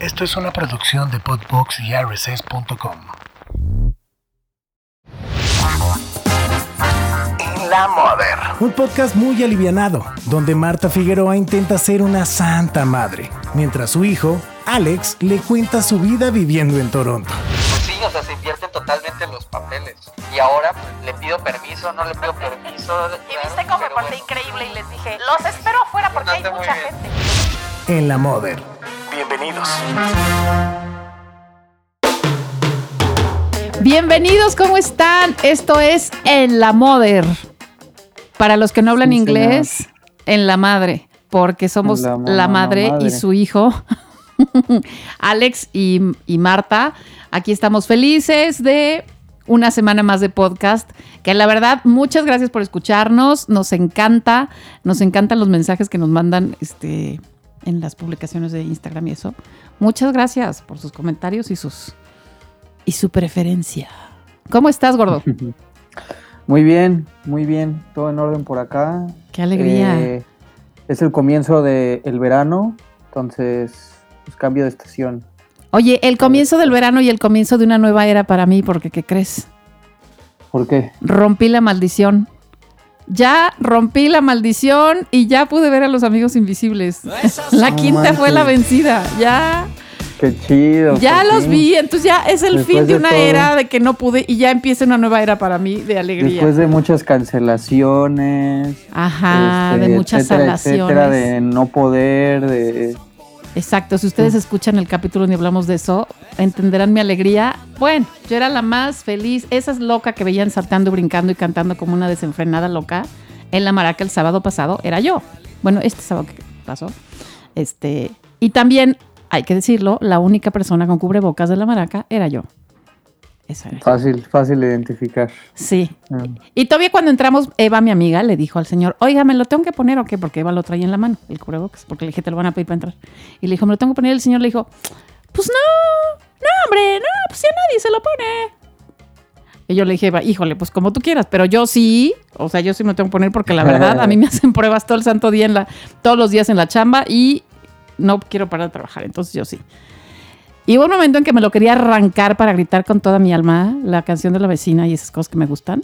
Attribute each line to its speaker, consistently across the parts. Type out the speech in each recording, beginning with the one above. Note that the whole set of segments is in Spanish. Speaker 1: Esto es una producción de Podbox y RSS.com.
Speaker 2: La Mother.
Speaker 3: Un podcast muy alivianado, donde Marta Figueroa intenta ser una santa madre, mientras su hijo, Alex, le cuenta su vida viviendo en Toronto.
Speaker 4: Pues sí, o sea, se invierten totalmente en los papeles. Y ahora pues, le pido permiso, no le pido permiso.
Speaker 5: Y viste cómo me
Speaker 4: pero
Speaker 5: porté
Speaker 4: bueno.
Speaker 5: increíble y les dije, los espero afuera porque hay
Speaker 4: Portaste muy
Speaker 5: mucha
Speaker 4: bien.
Speaker 5: gente.
Speaker 3: En la Mother.
Speaker 1: Bienvenidos.
Speaker 6: Bienvenidos, ¿cómo están? Esto es En la Mother. Para los que no hablan
Speaker 7: Sí, señor.
Speaker 6: inglés, en la madre, porque somos
Speaker 7: La
Speaker 6: la,
Speaker 7: mamá,
Speaker 6: madre,
Speaker 7: madre.
Speaker 6: y su hijo, Alex y, y Marta. Aquí estamos felices de una semana más de podcast, que la verdad, muchas gracias por escucharnos, nos encanta, nos encantan los mensajes que nos mandan este, en las publicaciones de Instagram y eso. Muchas gracias por sus comentarios y sus y su preferencia. ¿Cómo estás, gordo?
Speaker 7: Muy bien, muy bien, todo en orden por acá.
Speaker 6: Qué alegría.
Speaker 7: Eh, es el comienzo del verano, entonces pues, cambio de estación.
Speaker 6: Oye, el comienzo del verano y el comienzo de una nueva era para mí, porque ¿qué crees?
Speaker 7: ¿Por qué?
Speaker 6: Rompí la maldición. Ya rompí la maldición y ya pude ver a los amigos invisibles. La
Speaker 7: No
Speaker 6: quinta fue la
Speaker 7: manches.
Speaker 6: vencida. Ya,
Speaker 7: Qué chido.
Speaker 6: ya
Speaker 7: por
Speaker 6: los
Speaker 7: fin.
Speaker 6: vi. Entonces ya es el
Speaker 7: Después
Speaker 6: fin de
Speaker 7: de
Speaker 6: una
Speaker 7: todo.
Speaker 6: era de que no pude y ya empieza una nueva era para mí de alegría.
Speaker 7: Después de muchas cancelaciones.
Speaker 6: Ajá,
Speaker 7: este,
Speaker 6: Ah, de muchas
Speaker 7: etcétera,
Speaker 6: salaciones.
Speaker 7: etcétera, de no poder, de...
Speaker 6: Exacto, si ustedes escuchan el capítulo donde hablamos de eso, entenderán mi alegría. Bueno, yo era la más feliz, esa es loca que veían saltando, brincando y cantando como una desenfrenada loca en la maraca el sábado pasado, era yo. Bueno, este sábado que pasó. Este, y también, hay que decirlo, la única persona con cubrebocas de la maraca era yo. Esa era. Ah.
Speaker 7: Fácil, fácil de identificar.
Speaker 6: Sí,
Speaker 7: Ah,
Speaker 6: y todavía cuando entramos, Eva, mi amiga, le dijo al señor, oiga, ¿me lo tengo que poner o qué? Porque Eva lo traía en la mano, el cubrebocas, porque le dije, te lo van a pedir para entrar. Y le dijo, ¿me lo tengo que poner? El señor le dijo, pues no, no, hombre, no, pues ya nadie se lo pone. Y yo le dije, Eva, híjole, pues como tú quieras, pero yo sí, o sea, yo sí me lo tengo que poner porque la verdad, a mí me hacen pruebas todo el santo día, en la, todos los días en la chamba y no quiero parar de trabajar, entonces yo sí. Y hubo un momento en que me lo quería arrancar para gritar con toda mi alma la canción de la vecina y esas cosas que me gustan.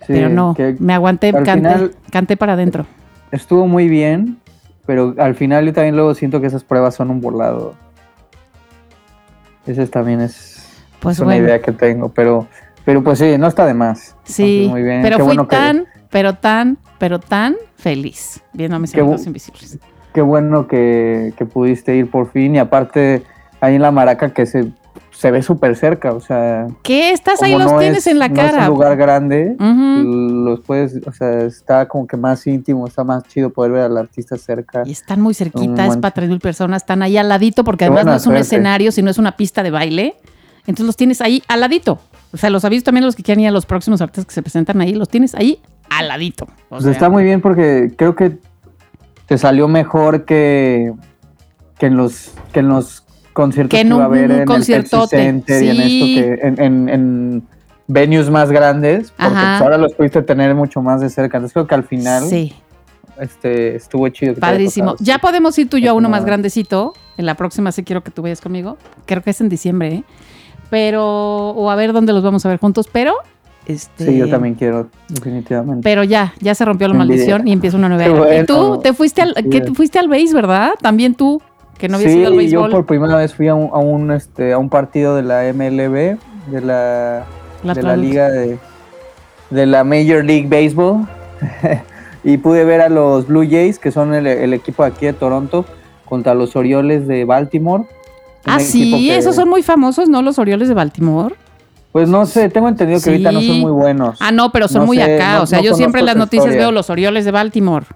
Speaker 7: sí,
Speaker 6: Pero no,
Speaker 7: que
Speaker 6: me aguanté,
Speaker 7: al
Speaker 6: canté,
Speaker 7: final-
Speaker 6: canté para adentro.
Speaker 7: estuvo muy bien, pero al final yo también luego siento que esas pruebas son un burlado. Esa también es,
Speaker 6: Pues
Speaker 7: es una
Speaker 6: bueno,
Speaker 7: idea que tengo, pero, pero pues sí, no está de más.
Speaker 6: sí,
Speaker 7: Entonces, muy bien.
Speaker 6: pero
Speaker 7: qué
Speaker 6: fui
Speaker 7: bueno que-
Speaker 6: tan, pero tan, pero tan feliz viendo a mis
Speaker 7: Qué
Speaker 6: amigos
Speaker 7: bu-
Speaker 6: invisibles.
Speaker 7: Qué bueno que, que pudiste ir por fin y aparte ahí en la maraca que se, se ve súper cerca, o sea...
Speaker 6: ¿Qué estás Pues ahí?
Speaker 7: como
Speaker 6: Los
Speaker 7: no
Speaker 6: tienes
Speaker 7: es-
Speaker 6: en la
Speaker 7: no
Speaker 6: cara.
Speaker 7: es un lugar grande,
Speaker 6: Ujú,
Speaker 7: los puedes, o sea, está como que más íntimo, está más chido poder ver al artista cerca.
Speaker 6: Y están muy cerquita, es
Speaker 7: manches.
Speaker 6: para 3.000 personas, están ahí al ladito, porque
Speaker 7: Qué
Speaker 6: además no
Speaker 7: buena
Speaker 6: es un
Speaker 7: suerte.
Speaker 6: escenario, sino es una pista de baile. Entonces los tienes ahí al ladito. O sea, los avisos también a los que quieran ir a los próximos artistas que se presentan ahí, los tienes ahí al ladito. O
Speaker 7: Pues
Speaker 6: sea,
Speaker 7: está muy bien porque creo que te salió mejor que, que en los que en los conciertos
Speaker 6: Que
Speaker 7: que,
Speaker 6: en
Speaker 7: iba a
Speaker 6: un-
Speaker 7: haber
Speaker 6: un
Speaker 7: en el
Speaker 6: conciertote,
Speaker 7: Pepsi Center y en
Speaker 6: sí.
Speaker 7: esto que en, en- en venues más grandes, porque
Speaker 6: Ajá.
Speaker 7: pues ahora los pudiste tener mucho más de cerca. Entonces creo que al final
Speaker 6: Sí.
Speaker 7: este estuvo chido. que te haya
Speaker 6: Padrísimo.
Speaker 7: tocado.
Speaker 6: Ya podemos ir tú y yo a uno más
Speaker 7: Ajá.
Speaker 6: grandecito. En la próxima sí quiero que tú vayas conmigo. Creo que es en diciembre, ¿eh? Pero, o a ver dónde los vamos a ver juntos, pero... Este,
Speaker 7: Sí, yo también quiero, definitivamente.
Speaker 6: Pero ya, ya se rompió la
Speaker 7: Qué
Speaker 6: maldición
Speaker 7: envidia.
Speaker 6: y empieza una nueva
Speaker 7: Qué
Speaker 6: era. Y
Speaker 7: bueno.
Speaker 6: tú te fuiste al,
Speaker 7: Qué
Speaker 6: que
Speaker 7: bien.
Speaker 6: fuiste al base, ¿verdad? También tú, que no habías
Speaker 7: sí,
Speaker 6: ido al
Speaker 7: yo
Speaker 6: béisbol.
Speaker 7: por primera vez fui a un, a un, este a un partido de la MLB, de la
Speaker 6: La
Speaker 7: de la
Speaker 6: traduc-
Speaker 7: liga de, de la Major League Baseball. y pude ver a los Blue Jays, que son el, el equipo aquí de Toronto, contra los Orioles de Baltimore. Un
Speaker 6: Ah,
Speaker 7: equipo
Speaker 6: sí,
Speaker 7: que-
Speaker 6: esos son muy famosos, ¿no? Los Orioles de Baltimore.
Speaker 7: Pues no sé, tengo entendido que ahorita no
Speaker 6: Sí.
Speaker 7: son muy buenos.
Speaker 6: Ah, no, pero son
Speaker 7: No
Speaker 6: muy
Speaker 7: sé,
Speaker 6: acá.
Speaker 7: no-
Speaker 6: o sea,
Speaker 7: no
Speaker 6: yo siempre en las
Speaker 7: conozco esa
Speaker 6: noticias
Speaker 7: historia.
Speaker 6: veo los Orioles de Baltimore.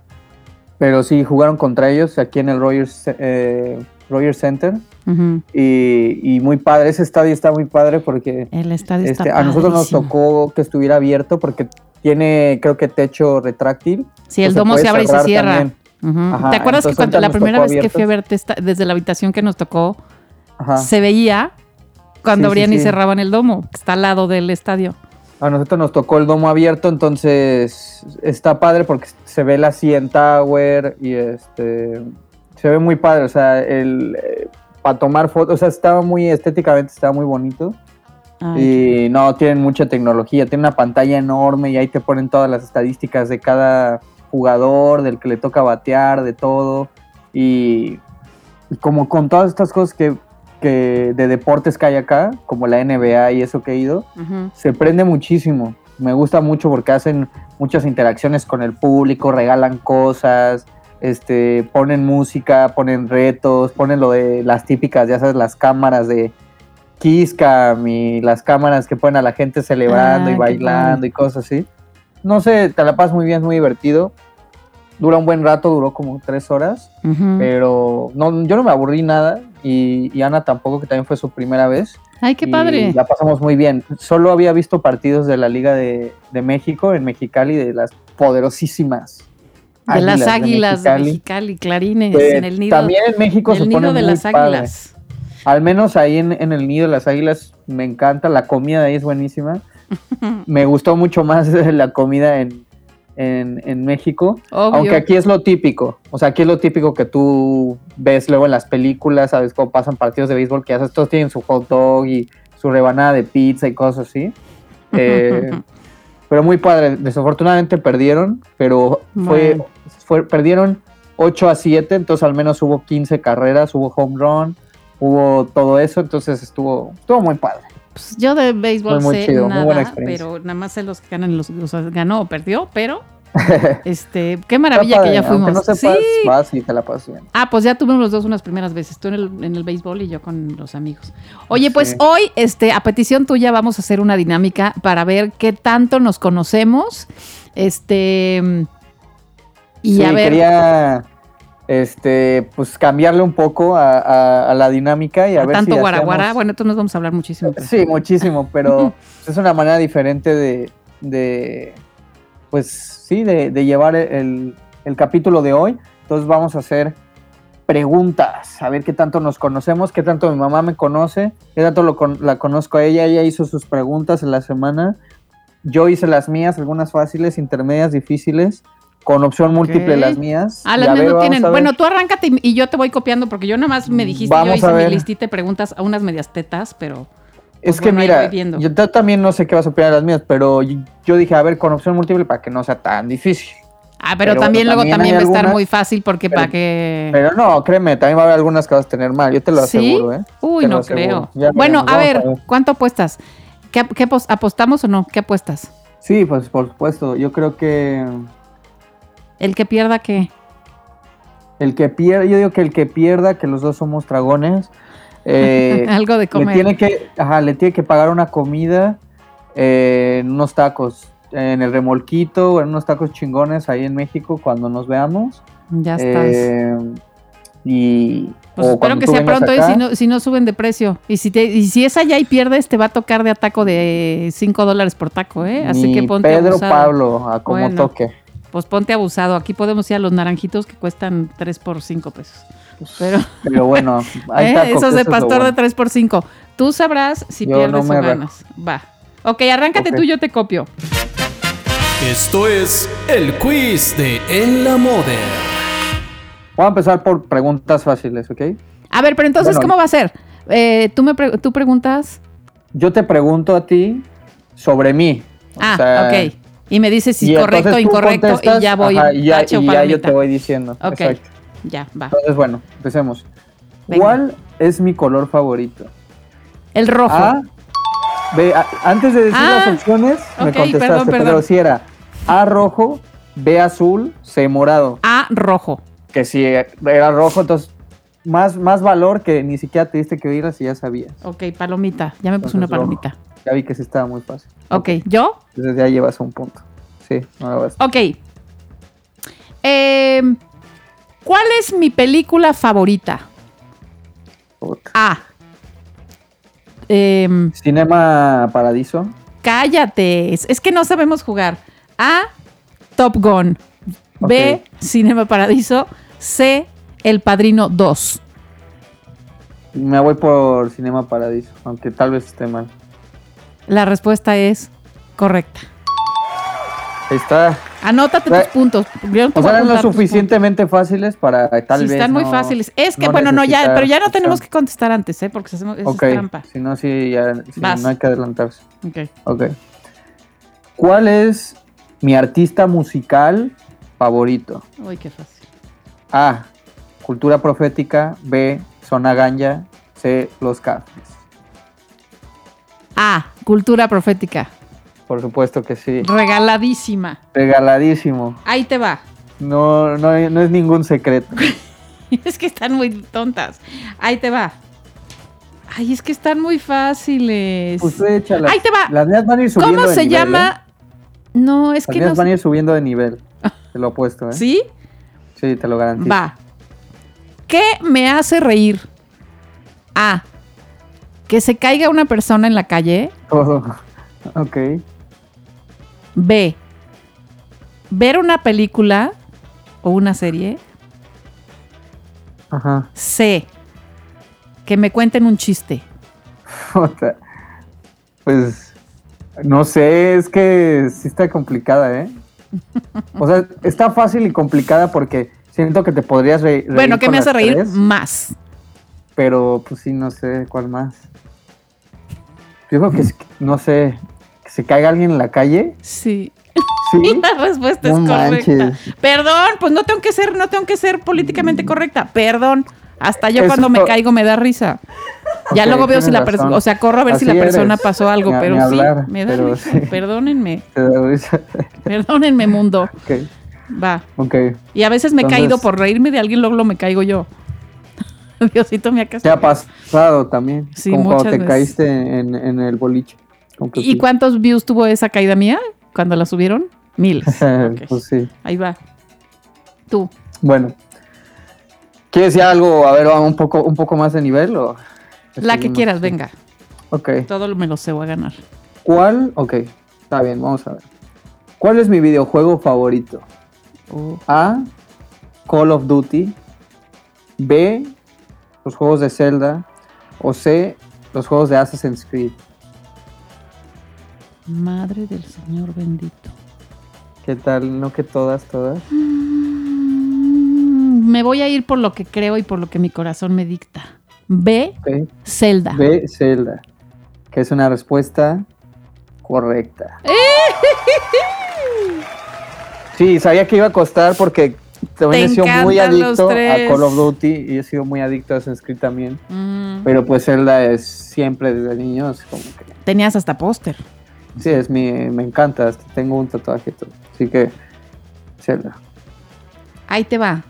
Speaker 7: Pero sí, jugaron contra ellos aquí en el Rogers, eh, Rogers Center.
Speaker 6: Ujú.
Speaker 7: Y, y muy padre, ese estadio está muy padre porque
Speaker 6: El estadio está
Speaker 7: este, a nosotros nos
Speaker 6: padrísimo.
Speaker 7: tocó que estuviera abierto porque tiene, creo que, techo retráctil.
Speaker 6: Sí, el
Speaker 7: O sea,
Speaker 6: domo se
Speaker 7: puedes
Speaker 6: abre y se
Speaker 7: cerrar
Speaker 6: cierra.
Speaker 7: también.
Speaker 6: Ujú.
Speaker 7: Ajá,
Speaker 6: ¿Te acuerdas que
Speaker 7: entonces
Speaker 6: cuando
Speaker 7: ahorita
Speaker 6: la
Speaker 7: nos
Speaker 6: primera
Speaker 7: tocó
Speaker 6: vez que fui a
Speaker 7: abiertos.
Speaker 6: verte esta- desde la habitación que nos tocó,
Speaker 7: Ajá.
Speaker 6: se veía cuando
Speaker 7: Sí, sí,
Speaker 6: abrían y
Speaker 7: sí.
Speaker 6: cerraban el domo, que está al lado del estadio.
Speaker 7: A nosotros nos tocó el domo abierto, entonces está padre porque se ve la CN Tower y este se ve muy padre, o sea, el eh, para tomar fotos. O sea, estaba muy estéticamente, estaba muy bonito.
Speaker 6: Ay,
Speaker 7: Y no, tienen mucha tecnología, tienen una pantalla enorme y ahí te ponen todas las estadísticas de cada jugador, del que le toca batear, de todo. Y, y como con todas estas cosas que, que de deportes que hay acá, como la NBA y eso que he ido,
Speaker 6: ujú.
Speaker 7: se prende muchísimo. Me gusta mucho porque hacen muchas interacciones con el público, regalan cosas, este, ponen música, ponen retos, ponen lo de las típicas, ya sabes, las cámaras de Kiss Cam y las cámaras que ponen a la gente celebrando
Speaker 6: Ah,
Speaker 7: y
Speaker 6: qué
Speaker 7: bailando
Speaker 6: padre.
Speaker 7: y cosas así. No sé, te la pasas muy bien, es muy divertido. Dura un buen rato, duró como tres horas,
Speaker 6: Ujú.
Speaker 7: Eh, pero no, yo no me aburrí nada y- y Ana tampoco, que también fue su primera vez.
Speaker 6: Ay, qué
Speaker 7: Y
Speaker 6: padre.
Speaker 7: La pasamos muy bien. Solo había visto partidos de la Liga de, de México en Mexicali de las poderosísimas.
Speaker 6: De las águilas de
Speaker 7: Mexicali.
Speaker 6: Mexicali, clarines,
Speaker 7: Que
Speaker 6: en el nido,
Speaker 7: También en México
Speaker 6: el
Speaker 7: se
Speaker 6: nido
Speaker 7: pone
Speaker 6: de
Speaker 7: muy
Speaker 6: las
Speaker 7: padre.
Speaker 6: águilas.
Speaker 7: Al menos ahí en, en el nido de las águilas me encanta. La comida ahí es buenísima. me gustó mucho más la comida en, en- en México.
Speaker 6: Obvio.
Speaker 7: Aunque aquí es lo típico, o sea, aquí es lo típico que tú ves luego en las películas, sabes cómo pasan partidos de béisbol, que ya sabes, todos tienen su hot dog y su rebanada de pizza y cosas así. Eh, pero muy padre, desafortunadamente perdieron, pero fue,
Speaker 6: Bueno.
Speaker 7: fue- perdieron 8 a 7, entonces al menos hubo 15 carreras, hubo home run, hubo todo eso, entonces estuvo, estuvo muy padre.
Speaker 6: Pues yo de béisbol
Speaker 7: Fue muy
Speaker 6: sé
Speaker 7: chido, muy
Speaker 6: nada,
Speaker 7: buena experiencia.
Speaker 6: pero nada más sé los que ganan los, o sea, ganó o perdió, pero este, qué maravilla que ya
Speaker 7: Está padre,
Speaker 6: fuimos.
Speaker 7: Aunque no sepas,
Speaker 6: sí.
Speaker 7: vas y te la pasas bien.
Speaker 6: Ah, pues ya tuvimos los dos unas primeras veces, tú en el, en el béisbol y yo con los amigos. Oye, pues
Speaker 7: Sí.
Speaker 6: hoy, este, a petición tuya, vamos a hacer una dinámica para ver qué tanto nos conocemos. Este. Y
Speaker 7: sí,
Speaker 6: a ver.
Speaker 7: quería este, pues cambiarle un poco a, a- a la dinámica y a,
Speaker 6: a
Speaker 7: ver
Speaker 6: tanto
Speaker 7: si
Speaker 6: guaraguara.
Speaker 7: hacíamos-
Speaker 6: Bueno, entonces nos vamos a hablar muchísimo. pero-
Speaker 7: Sí, muchísimo, pero es una manera diferente de, de, pues sí, de, de llevar el, el capítulo de hoy. Entonces vamos a hacer preguntas, a ver qué tanto nos conocemos, qué tanto mi mamá me conoce, qué tanto lo con- la conozco a ella. Ella hizo sus preguntas en la semana. Yo hice las mías, algunas fáciles, intermedias, difíciles, con opción múltiple
Speaker 6: Ok.
Speaker 7: las mías.
Speaker 6: Ah,
Speaker 7: Y
Speaker 6: las
Speaker 7: a
Speaker 6: mías
Speaker 7: ver,
Speaker 6: no
Speaker 7: vamos
Speaker 6: tienen.
Speaker 7: a ver.
Speaker 6: Bueno, tú arráncate y- y yo te voy copiando porque yo nada más me dijiste,
Speaker 7: Vamos
Speaker 6: yo
Speaker 7: a
Speaker 6: hice mi
Speaker 7: ver.
Speaker 6: listita de preguntas a unas medias tetas, pero
Speaker 7: Es
Speaker 6: Pues
Speaker 7: que
Speaker 6: bueno, ahí voy
Speaker 7: mira,
Speaker 6: viendo.
Speaker 7: yo ta- también no sé qué vas a opinar de las mías, pero y- yo dije, a ver, con opción múltiple para que no sea tan difícil.
Speaker 6: Ah, pero,
Speaker 7: Pero
Speaker 6: también
Speaker 7: bueno,
Speaker 6: luego
Speaker 7: también
Speaker 6: también va
Speaker 7: hay
Speaker 6: a estar
Speaker 7: algunas,
Speaker 6: muy fácil porque
Speaker 7: pero-
Speaker 6: para que...
Speaker 7: Pero no, créeme, también va a haber algunas que vas a tener mal, yo te lo
Speaker 6: ¿Sí?
Speaker 7: aseguro, ¿eh?
Speaker 6: Uy,
Speaker 7: te lo
Speaker 6: no creo.
Speaker 7: aseguro. Ya
Speaker 6: bueno,
Speaker 7: veremos,
Speaker 6: a
Speaker 7: vamos
Speaker 6: ver,
Speaker 7: a ver.
Speaker 6: ¿cuánto apuestas? ¿Qué, qué apos- apostamos o no? ¿Qué apuestas?
Speaker 7: Sí, pues por supuesto, yo creo que
Speaker 6: El que pierda, ¿qué?
Speaker 7: el que pierda, yo digo que el que pierda, que los dos somos dragones, eh,
Speaker 6: Algo de
Speaker 7: le,
Speaker 6: comer.
Speaker 7: tiene que, ajá, le tiene que pagar una comida eh, en unos tacos, en el remolquito, o en unos tacos chingones ahí en México cuando nos veamos.
Speaker 6: Ya estás.
Speaker 7: Eh, y.
Speaker 6: pues
Speaker 7: o
Speaker 6: espero
Speaker 7: cuando
Speaker 6: que
Speaker 7: tú
Speaker 6: sea
Speaker 7: vengas
Speaker 6: pronto y si
Speaker 7: acá,
Speaker 6: no, si no suben de precio. Y si, te, y si es allá y pierdes, te va a tocar de ataco de 5 dólares por taco, ¿eh? Así
Speaker 7: ni
Speaker 6: que ponte
Speaker 7: Pedro
Speaker 6: abusado.
Speaker 7: Pablo, a como
Speaker 6: Bueno.
Speaker 7: toque.
Speaker 6: Pues ponte abusado. Aquí podemos ir a los naranjitos que cuestan 3 por 5 pesos. pues, Pero
Speaker 7: Pero bueno,
Speaker 6: ¿eh?
Speaker 7: hay tacos,
Speaker 6: esos de
Speaker 7: eso es lo
Speaker 6: pastor de
Speaker 7: bueno.
Speaker 6: 3 por 5 Tú sabrás si
Speaker 7: Yo
Speaker 6: pierdes
Speaker 7: no me
Speaker 6: o
Speaker 7: arranco.
Speaker 6: ganas. Va. Ok, arráncate
Speaker 7: Ok.
Speaker 6: tú, yo te copio.
Speaker 2: Esto es el quiz de En la Moda.
Speaker 7: Voy a empezar por preguntas fáciles, ¿ok?
Speaker 6: A ver, pero entonces,
Speaker 7: Bueno,
Speaker 6: ¿cómo va a ser? Eh, tú me pre- tú preguntas.
Speaker 7: Yo te pregunto a ti sobre mí. O
Speaker 6: Ah,
Speaker 7: sea,
Speaker 6: ok. Y me dices si
Speaker 7: y entonces
Speaker 6: correcto,
Speaker 7: tú
Speaker 6: incorrecto, y
Speaker 7: contestas,
Speaker 6: ya voy.
Speaker 7: ajá, y ya,
Speaker 6: tache o
Speaker 7: y ya yo
Speaker 6: palomita.
Speaker 7: te voy diciendo.
Speaker 6: Ok.
Speaker 7: Exacto.
Speaker 6: Ya, va.
Speaker 7: Entonces, bueno, empecemos.
Speaker 6: Venga.
Speaker 7: ¿Cuál es mi color favorito?
Speaker 6: El rojo.
Speaker 7: A, B, a- antes de decir
Speaker 6: Ah,
Speaker 7: las opciones, me
Speaker 6: ok,
Speaker 7: contestaste,
Speaker 6: perdón, perdón.
Speaker 7: pero si era A rojo, B azul, C morado.
Speaker 6: A rojo.
Speaker 7: Que si era rojo, entonces más, más valor que ni siquiera te diste que oíras y ya sabías.
Speaker 6: Ok, palomita. Ya me puse
Speaker 7: Entonces,
Speaker 6: una
Speaker 7: rojo.
Speaker 6: palomita.
Speaker 7: Ya vi que sí estaba muy fácil.
Speaker 6: Ok, ¿yo?
Speaker 7: Entonces ya llevas un punto. Sí, no lo vas.
Speaker 6: Ok. Em, ¿Cuál es mi película favorita?
Speaker 7: Puta.
Speaker 6: A. Em,
Speaker 7: Cinema Paradiso.
Speaker 6: cállate. Es, es que no sabemos jugar. A. Top Gun. B. Cinema Paradiso. C. El Padrino 2.
Speaker 7: Me voy por Cinema Paradiso, aunque tal vez esté mal.
Speaker 6: La respuesta es correcta.
Speaker 7: Ahí está.
Speaker 6: Anótate
Speaker 7: O sea,
Speaker 6: tus puntos. Yo te
Speaker 7: Pues, O
Speaker 6: voy a
Speaker 7: sea, eran lo
Speaker 6: apuntar tus
Speaker 7: suficientemente fáciles para tal
Speaker 6: puntos. Sí,
Speaker 7: vez.
Speaker 6: están muy
Speaker 7: no-
Speaker 6: fáciles. Es que,
Speaker 7: no
Speaker 6: bueno, no, ya,
Speaker 7: necesitar
Speaker 6: pero ya no
Speaker 7: escuchar.
Speaker 6: tenemos que contestar antes, ¿eh? Porque hacemos, eso
Speaker 7: Ok,
Speaker 6: es trampa.
Speaker 7: si no, sí, ya sí,
Speaker 6: Vas.
Speaker 7: no hay que adelantarse.
Speaker 6: Ok.
Speaker 7: Ok. ¿Cuál es mi artista musical favorito?
Speaker 6: Uy, qué fácil.
Speaker 7: A. Cultura profética. B. Zona Ganja. C. Los Cafres.
Speaker 6: Ah, cultura profética.
Speaker 7: Por supuesto que sí.
Speaker 6: Regaladísima.
Speaker 7: Regaladísimo.
Speaker 6: Ahí te va.
Speaker 7: No, no, hay- no es ningún secreto.
Speaker 6: Es que están muy tontas. Ahí te va. Ay, es que están muy fáciles.
Speaker 7: Usted echa las,
Speaker 6: Ahí te va.
Speaker 7: Pues Las mías van a ir subiendo
Speaker 6: ¿Cómo
Speaker 7: de
Speaker 6: se
Speaker 7: nivel,
Speaker 6: llama? No,
Speaker 7: ¿eh?
Speaker 6: es
Speaker 7: Las
Speaker 6: que
Speaker 7: mías
Speaker 6: no.
Speaker 7: van a
Speaker 6: sé.
Speaker 7: ir subiendo de nivel. Te lo apuesto, ¿eh?
Speaker 6: ¿Sí?
Speaker 7: Sí, te lo garantizo.
Speaker 6: Va. ¿Qué me hace reír? A. Que se caiga una persona en la calle.
Speaker 7: Todo. ok.
Speaker 6: B. Ver una película o una serie.
Speaker 7: Ajá.
Speaker 6: C. Que me cuenten un chiste.
Speaker 7: Puta. Pues no sé, es que sí está complicada, ¿eh? O sea, está fácil y complicada porque siento que te podrías re- reír.
Speaker 6: bueno, ¿qué
Speaker 7: con
Speaker 6: me hace
Speaker 7: las
Speaker 6: reír?
Speaker 7: tres,
Speaker 6: Más.
Speaker 7: pero pues sí, no sé cuál más. Yo creo que es- no sé, que se caiga alguien en la calle.
Speaker 6: Sí.
Speaker 7: Sí.
Speaker 6: La respuesta
Speaker 7: No
Speaker 6: es correcta.
Speaker 7: manches. Mm.
Speaker 6: Perdón, pues no tengo que ser, no tengo que ser políticamente correcta. Perdón. Hasta yo
Speaker 7: Eso-
Speaker 6: cuando me caigo me da risa. Ya
Speaker 7: Ok,
Speaker 6: luego veo si
Speaker 7: tienes
Speaker 6: la persona,
Speaker 7: razón.
Speaker 6: o sea, corro a ver si
Speaker 7: Así
Speaker 6: la persona
Speaker 7: eres.
Speaker 6: pasó algo,
Speaker 7: Ni a-
Speaker 6: pero
Speaker 7: ni
Speaker 6: sí,
Speaker 7: hablar,
Speaker 6: me da
Speaker 7: pero
Speaker 6: risa.
Speaker 7: sí.
Speaker 6: Perdónenme,
Speaker 7: Te da risa.
Speaker 6: perdónenme mundo.
Speaker 7: Ok,
Speaker 6: Va.
Speaker 7: ok.
Speaker 6: Y a veces me he caído
Speaker 7: Entonces-
Speaker 6: por reírme de alguien, luego lo me caigo yo. Diosito me ha
Speaker 7: Te ha
Speaker 6: castigado.
Speaker 7: pasado también.
Speaker 6: Sí,
Speaker 7: como cuando
Speaker 6: muchas
Speaker 7: te
Speaker 6: veces.
Speaker 7: caíste en, en el boliche. Como que
Speaker 6: ¿Y
Speaker 7: pues sí.
Speaker 6: cuántos views tuvo esa caída mía cuando la subieron? Miles. Ok.
Speaker 7: pues sí.
Speaker 6: Ahí va. Tú.
Speaker 7: Bueno. ¿Quieres decir algo? A ver, vamos un poco, un poco más de nivel o.
Speaker 6: La que quieras, venga.
Speaker 7: Ok.
Speaker 6: Todo lo- me lo sé, voy a ganar.
Speaker 7: ¿Cuál? Ok. Está bien, vamos a ver. ¿Cuál es mi videojuego favorito?
Speaker 6: Oh.
Speaker 7: A. Call of Duty. B. Los juegos de Zelda. O C. Los juegos de Assassin's Creed.
Speaker 6: Madre del Señor bendito.
Speaker 7: ¿Qué tal? No que todas, todas.
Speaker 6: Mm, Me voy a ir por lo que creo y por lo que mi corazón me dicta. B,
Speaker 7: Ok.
Speaker 6: Zelda.
Speaker 7: B. Zelda. Que es una respuesta correcta.
Speaker 6: ¡Eh!
Speaker 7: Sí, sabía que iba a costar porque también
Speaker 6: Te
Speaker 7: he sido muy
Speaker 6: encantan los
Speaker 7: adicto a
Speaker 6: tres.
Speaker 7: Call of Duty y he sido muy adicto a Assassin's Creed también.
Speaker 6: Mm,
Speaker 7: Pero pues Zelda es siempre desde niños como que
Speaker 6: Tenías hasta póster.
Speaker 7: Sí, es mi, me encanta, hasta tengo un tatuaje y todo. Así que, Zelda.
Speaker 6: Ahí te va.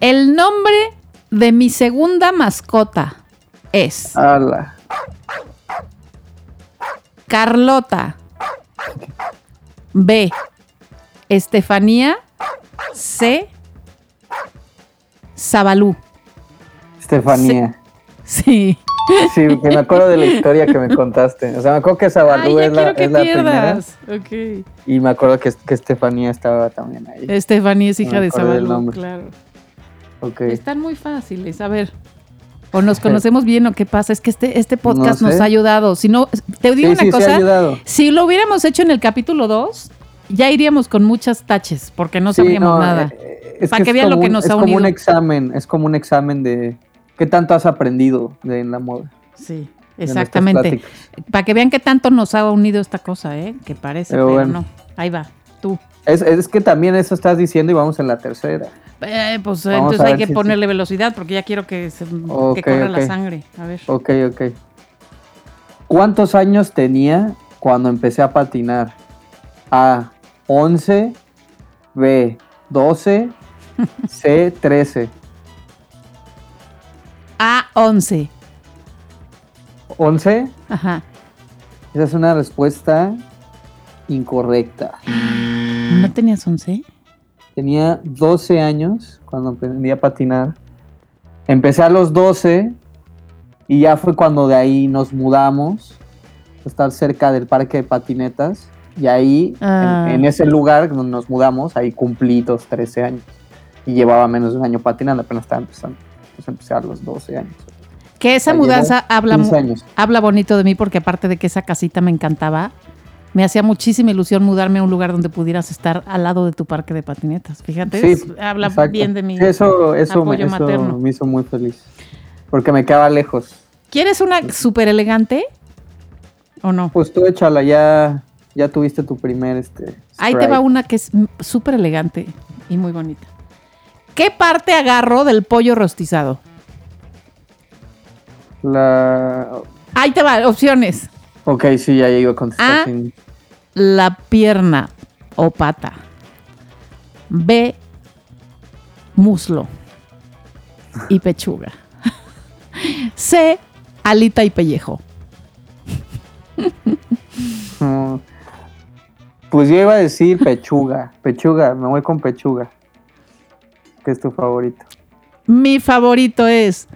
Speaker 6: El nombre de mi segunda mascota es
Speaker 7: Ala.
Speaker 6: Carlota. B, Estefanía. C, Sabalú.
Speaker 7: Estefanía.
Speaker 6: Sí.
Speaker 7: Sí, que me acuerdo de la historia que me contaste. O sea, me acuerdo que
Speaker 6: Ay,
Speaker 7: Sabalú
Speaker 6: ya
Speaker 7: es la,
Speaker 6: quiero que
Speaker 7: es la primera.
Speaker 6: pierdas. Ok.
Speaker 7: Y me acuerdo que, que Estefanía estaba también ahí.
Speaker 6: Eh, Estefanía es
Speaker 7: No
Speaker 6: hija
Speaker 7: me
Speaker 6: de
Speaker 7: acordé del
Speaker 6: Sabalú,
Speaker 7: nombre.
Speaker 6: claro.
Speaker 7: Ok.
Speaker 6: Están muy fáciles, a ver. O nos conocemos bien o qué pasa. Es que este, este podcast
Speaker 7: No sé.
Speaker 6: nos ha ayudado. Si no, te digo
Speaker 7: Sí,
Speaker 6: una
Speaker 7: sí, sí, ha
Speaker 6: cosa.
Speaker 7: ayudado.
Speaker 6: si lo hubiéramos hecho en el capítulo 2, ya iríamos con muchas taches, porque no
Speaker 7: Sí,
Speaker 6: sabríamos
Speaker 7: no,
Speaker 6: nada.
Speaker 7: eh, eh, es
Speaker 6: Para que
Speaker 7: es
Speaker 6: vean lo
Speaker 7: como
Speaker 6: que
Speaker 7: un-
Speaker 6: nos
Speaker 7: es
Speaker 6: ha
Speaker 7: como un
Speaker 6: unido.
Speaker 7: examen, es como un examen de qué tanto has aprendido de en la moda.
Speaker 6: sí,
Speaker 7: de nuestras
Speaker 6: exactamente.
Speaker 7: pláticas.
Speaker 6: Para que vean qué tanto nos ha unido esta cosa, ¿eh? Que parece,
Speaker 7: Pero
Speaker 6: pero,
Speaker 7: bueno.
Speaker 6: no. Ahí va, tú.
Speaker 7: Es, es que también eso estás diciendo y vamos en la tercera.
Speaker 6: Eh, pues eh,
Speaker 7: Vamos
Speaker 6: entonces
Speaker 7: a
Speaker 6: hay
Speaker 7: ver
Speaker 6: que
Speaker 7: si-
Speaker 6: ponerle velocidad, porque ya quiero que, se, que
Speaker 7: Ok,
Speaker 6: corra
Speaker 7: ok.
Speaker 6: la sangre. A ver.
Speaker 7: Ok, ok. ¿Cuántos años tenía cuando empecé a patinar? A. 11. B. 12. C. 13.
Speaker 6: A11.
Speaker 7: 11.
Speaker 6: Ajá.
Speaker 7: Esa es una respuesta incorrecta. Mm.
Speaker 6: ¿No tenías 11?
Speaker 7: Tenía 12 años cuando aprendí a patinar. Empecé a los 12 y ya fue cuando de ahí nos mudamos. a Estar cerca del parque de patinetas. Y ahí, en-
Speaker 6: Ah.
Speaker 7: en, ese lugar donde nos mudamos, ahí cumplí los 13 años. Y llevaba menos de un año patinando, apenas estaba empezando. Pues empecé a los 12 años.
Speaker 6: Que esa
Speaker 7: Ahí
Speaker 6: mudanza habla, mu-
Speaker 7: 15 años.
Speaker 6: habla bonito de mí porque aparte de que esa casita me encantaba, me hacía muchísima ilusión mudarme a un lugar donde pudieras estar al lado de tu parque de patinetas. Fíjate,
Speaker 7: Sí,
Speaker 6: es- habla
Speaker 7: exacto.
Speaker 6: bien de mi
Speaker 7: Sí, Eso, eso, me,
Speaker 6: apoyo
Speaker 7: eso
Speaker 6: materno.
Speaker 7: me hizo muy feliz. Porque me quedaba lejos.
Speaker 6: ¿Quieres una súper elegante o no?
Speaker 7: Pues tú échala, ya, ya tuviste tu primer este.
Speaker 6: Ahí te
Speaker 7: strike.
Speaker 6: va una que es mm, súper elegante y muy bonita. ¿Qué parte agarro del pollo rostizado?
Speaker 7: La...
Speaker 6: Ahí te va, opciones.
Speaker 7: Ok, sí, ya iba a contestar.
Speaker 6: Ah.
Speaker 7: sin-
Speaker 6: La pierna o pata. B, muslo y pechuga. C, alita y pellejo.
Speaker 7: Mm. Pues yo iba a decir pechuga. Pechuga, me voy con pechuga. Que es tu favorito.
Speaker 6: Mi favorito es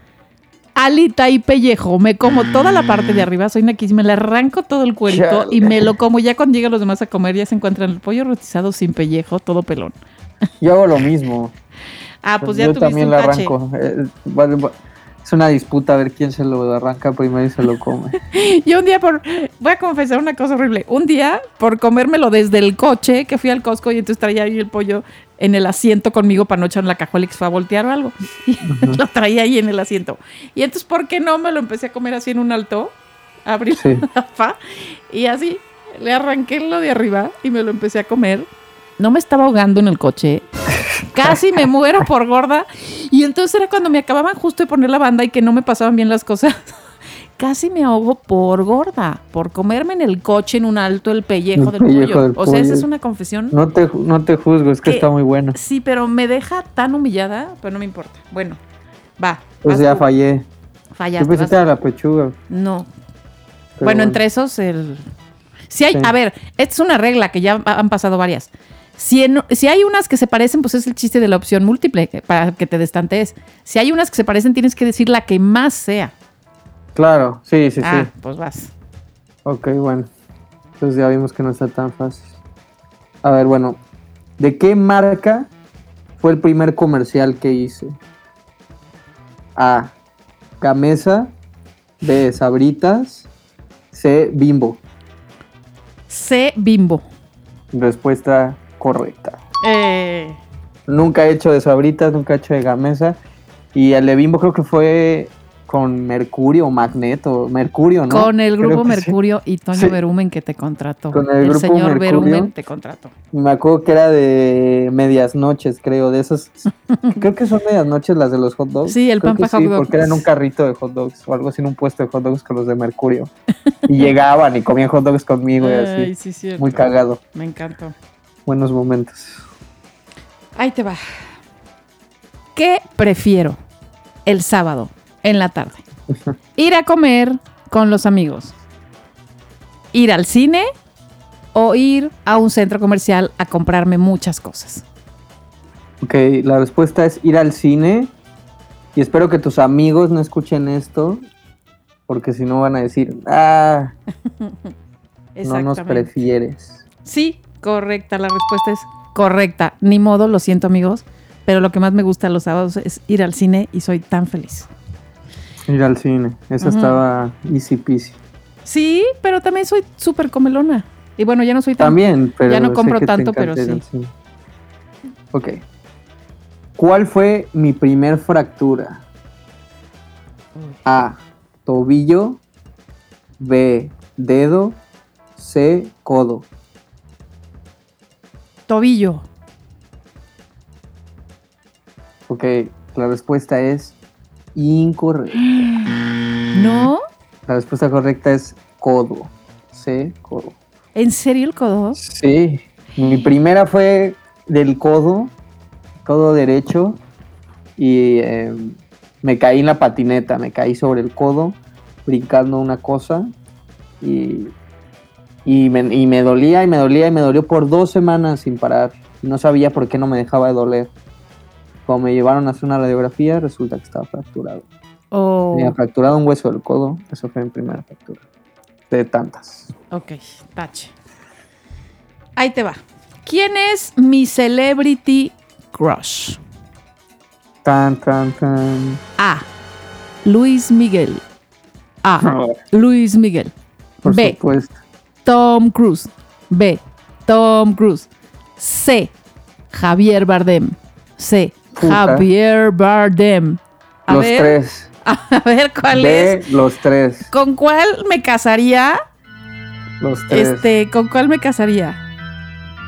Speaker 6: alita y pellejo. Me como toda la parte de arriba, soy una quis- me le arranco todo el cuerito
Speaker 7: Chale.
Speaker 6: y me lo como. Ya cuando llegan los demás a comer, ya se encuentran el pollo rostizado sin pellejo, todo pelón.
Speaker 7: Yo hago lo mismo.
Speaker 6: Ah, pues ya
Speaker 7: yo
Speaker 6: tuviste
Speaker 7: también
Speaker 6: un
Speaker 7: lo
Speaker 6: cache.
Speaker 7: arranco. Eh, vale, va- es una disputa a ver quién se lo arranca primero y se lo come.
Speaker 6: Yo un día por. Voy a confesar una cosa horrible. Un día, por comérmelo desde el coche, que fui al Costco y entonces traía ahí el pollo en el asiento conmigo para no echar en la cajuela y que se fue a voltear o algo. Y lo traía ahí en el asiento. Y entonces, ¿por qué no me lo empecé a comer así en un alto? Abrí
Speaker 7: Sí.
Speaker 6: la tapa y así le arranqué lo de arriba y me lo empecé a comer. No me estaba ahogando en el coche. Casi me muero por gorda. Y entonces era cuando me acababan justo de poner la banda y que no me pasaban bien las cosas. Casi me ahogo por gorda, por comerme en el coche en un alto el pellejo
Speaker 7: El
Speaker 6: del
Speaker 7: pellejo
Speaker 6: pollo.
Speaker 7: del
Speaker 6: o sea, esa
Speaker 7: pollo.
Speaker 6: es una confesión.
Speaker 7: No te, ju- no te juzgo, es que
Speaker 6: ¿Qué?
Speaker 7: está muy bueno.
Speaker 6: Sí, pero me deja tan humillada, pero no me importa. Bueno, va.
Speaker 7: Pues
Speaker 6: vas
Speaker 7: ya
Speaker 6: tú.
Speaker 7: fallé.
Speaker 6: fallaste.
Speaker 7: Yo
Speaker 6: Ah,
Speaker 7: pensé
Speaker 6: vas
Speaker 7: que
Speaker 6: tú.
Speaker 7: era la pechuga.
Speaker 6: No,
Speaker 7: pero
Speaker 6: bueno, entre esos, el. Si hay,
Speaker 7: Sí.
Speaker 6: a ver, esta es una regla que ya ha- han pasado varias. Si, en- si hay unas que se parecen, pues es el chiste de la opción múltiple que- para que te destantees. Si hay unas que se parecen, tienes que decir la que más sea.
Speaker 7: Claro, sí, sí,
Speaker 6: ah,
Speaker 7: sí.
Speaker 6: pues vas.
Speaker 7: Ok, bueno. Entonces ya vimos que no está tan fácil. A ver, bueno. ¿De qué marca fue el primer comercial que hice? A. Gamesa. B. Sabritas. C. Bimbo.
Speaker 6: C. Bimbo.
Speaker 7: Respuesta correcta.
Speaker 6: Eh,
Speaker 7: Nunca he hecho de Sabritas, nunca he hecho de Gamesa. Y el de Bimbo creo que fue con Mercurio o Magneto. Mercurio, ¿no?
Speaker 6: con el
Speaker 7: Creo
Speaker 6: grupo
Speaker 7: que sí.
Speaker 6: Mercurio y Toño
Speaker 7: Sí.
Speaker 6: Berumen que te contrató.
Speaker 7: Con el grupo
Speaker 6: señor
Speaker 7: Mercurio.
Speaker 6: Berumen te contrató.
Speaker 7: Y me acuerdo que era de medias noches, creo, de esas. creo que son medias noches las de los hot dogs.
Speaker 6: Sí, el
Speaker 7: Creo
Speaker 6: Pampa
Speaker 7: que
Speaker 6: Hot
Speaker 7: sí,
Speaker 6: Dog.
Speaker 7: Porque eran un carrito de hot dogs o algo así en un puesto de hot dogs con los de Mercurio. Y llegaban y comían hot dogs conmigo y
Speaker 6: Ay,
Speaker 7: así.
Speaker 6: sí, cierto.
Speaker 7: Muy cagado.
Speaker 6: Me encantó.
Speaker 7: Buenos momentos.
Speaker 6: Ahí te va. ¿Qué prefiero el sábado en la tarde? ¿Ir a comer con los amigos? ¿Ir al cine? ¿O ir a un centro comercial a comprarme muchas cosas?
Speaker 7: Ok, la respuesta es ir al cine. Y espero que tus amigos no escuchen esto. Porque si no van a decir, ah, no nos prefieres.
Speaker 6: sí, correcta. La respuesta es correcta. Ni modo, lo siento amigos, pero lo que más me gusta los sábados es ir al cine y soy tan feliz.
Speaker 7: Ir al cine. Esa
Speaker 6: Ujú.
Speaker 7: estaba easy peasy.
Speaker 6: Sí, pero también soy súper comelona. Y bueno, ya no soy tan...
Speaker 7: También, pero.
Speaker 6: Ya no
Speaker 7: sé
Speaker 6: compro
Speaker 7: que te
Speaker 6: tanto, pero
Speaker 7: encanta ir al cine. Ok. ¿Cuál fue mi primer fractura?
Speaker 6: Uy.
Speaker 7: A. Tobillo. B. Dedo. C. Codo.
Speaker 6: Tobillo.
Speaker 7: Ok, la respuesta es incorrecta.
Speaker 6: ¿No?
Speaker 7: La respuesta correcta es codo. C. Codo.
Speaker 6: ¿En serio el codo?
Speaker 7: Sí. Mi primera fue del codo, codo derecho, y eh, me caí en la patineta, me caí sobre el codo, brincando una cosa, y, y, me, y me dolía y me dolía y me dolió por dos semanas sin parar. No sabía por qué no me dejaba de doler. Cuando me llevaron a hacer una radiografía, resulta que estaba fracturado.
Speaker 6: O...
Speaker 7: Tenía fracturado un hueso del codo, eso fue mi primera fractura. De tantas.
Speaker 6: Ok, tache. Ahí te va. ¿Quién es mi celebrity crush?
Speaker 7: Tan, tan, tan.
Speaker 6: A. Luis Miguel. A. Luis Miguel.
Speaker 7: Por
Speaker 6: B.
Speaker 7: supuesto.
Speaker 6: Tom Cruise. B. Tom Cruise. C. Javier Bardem. C.
Speaker 7: Puta.
Speaker 6: Javier Bardem. A
Speaker 7: los
Speaker 6: ver,
Speaker 7: tres.
Speaker 6: A ver cuál
Speaker 7: B,
Speaker 6: es.
Speaker 7: los tres.
Speaker 6: ¿Con cuál me casaría?
Speaker 7: Los tres.
Speaker 6: Este, ¿con cuál me casaría?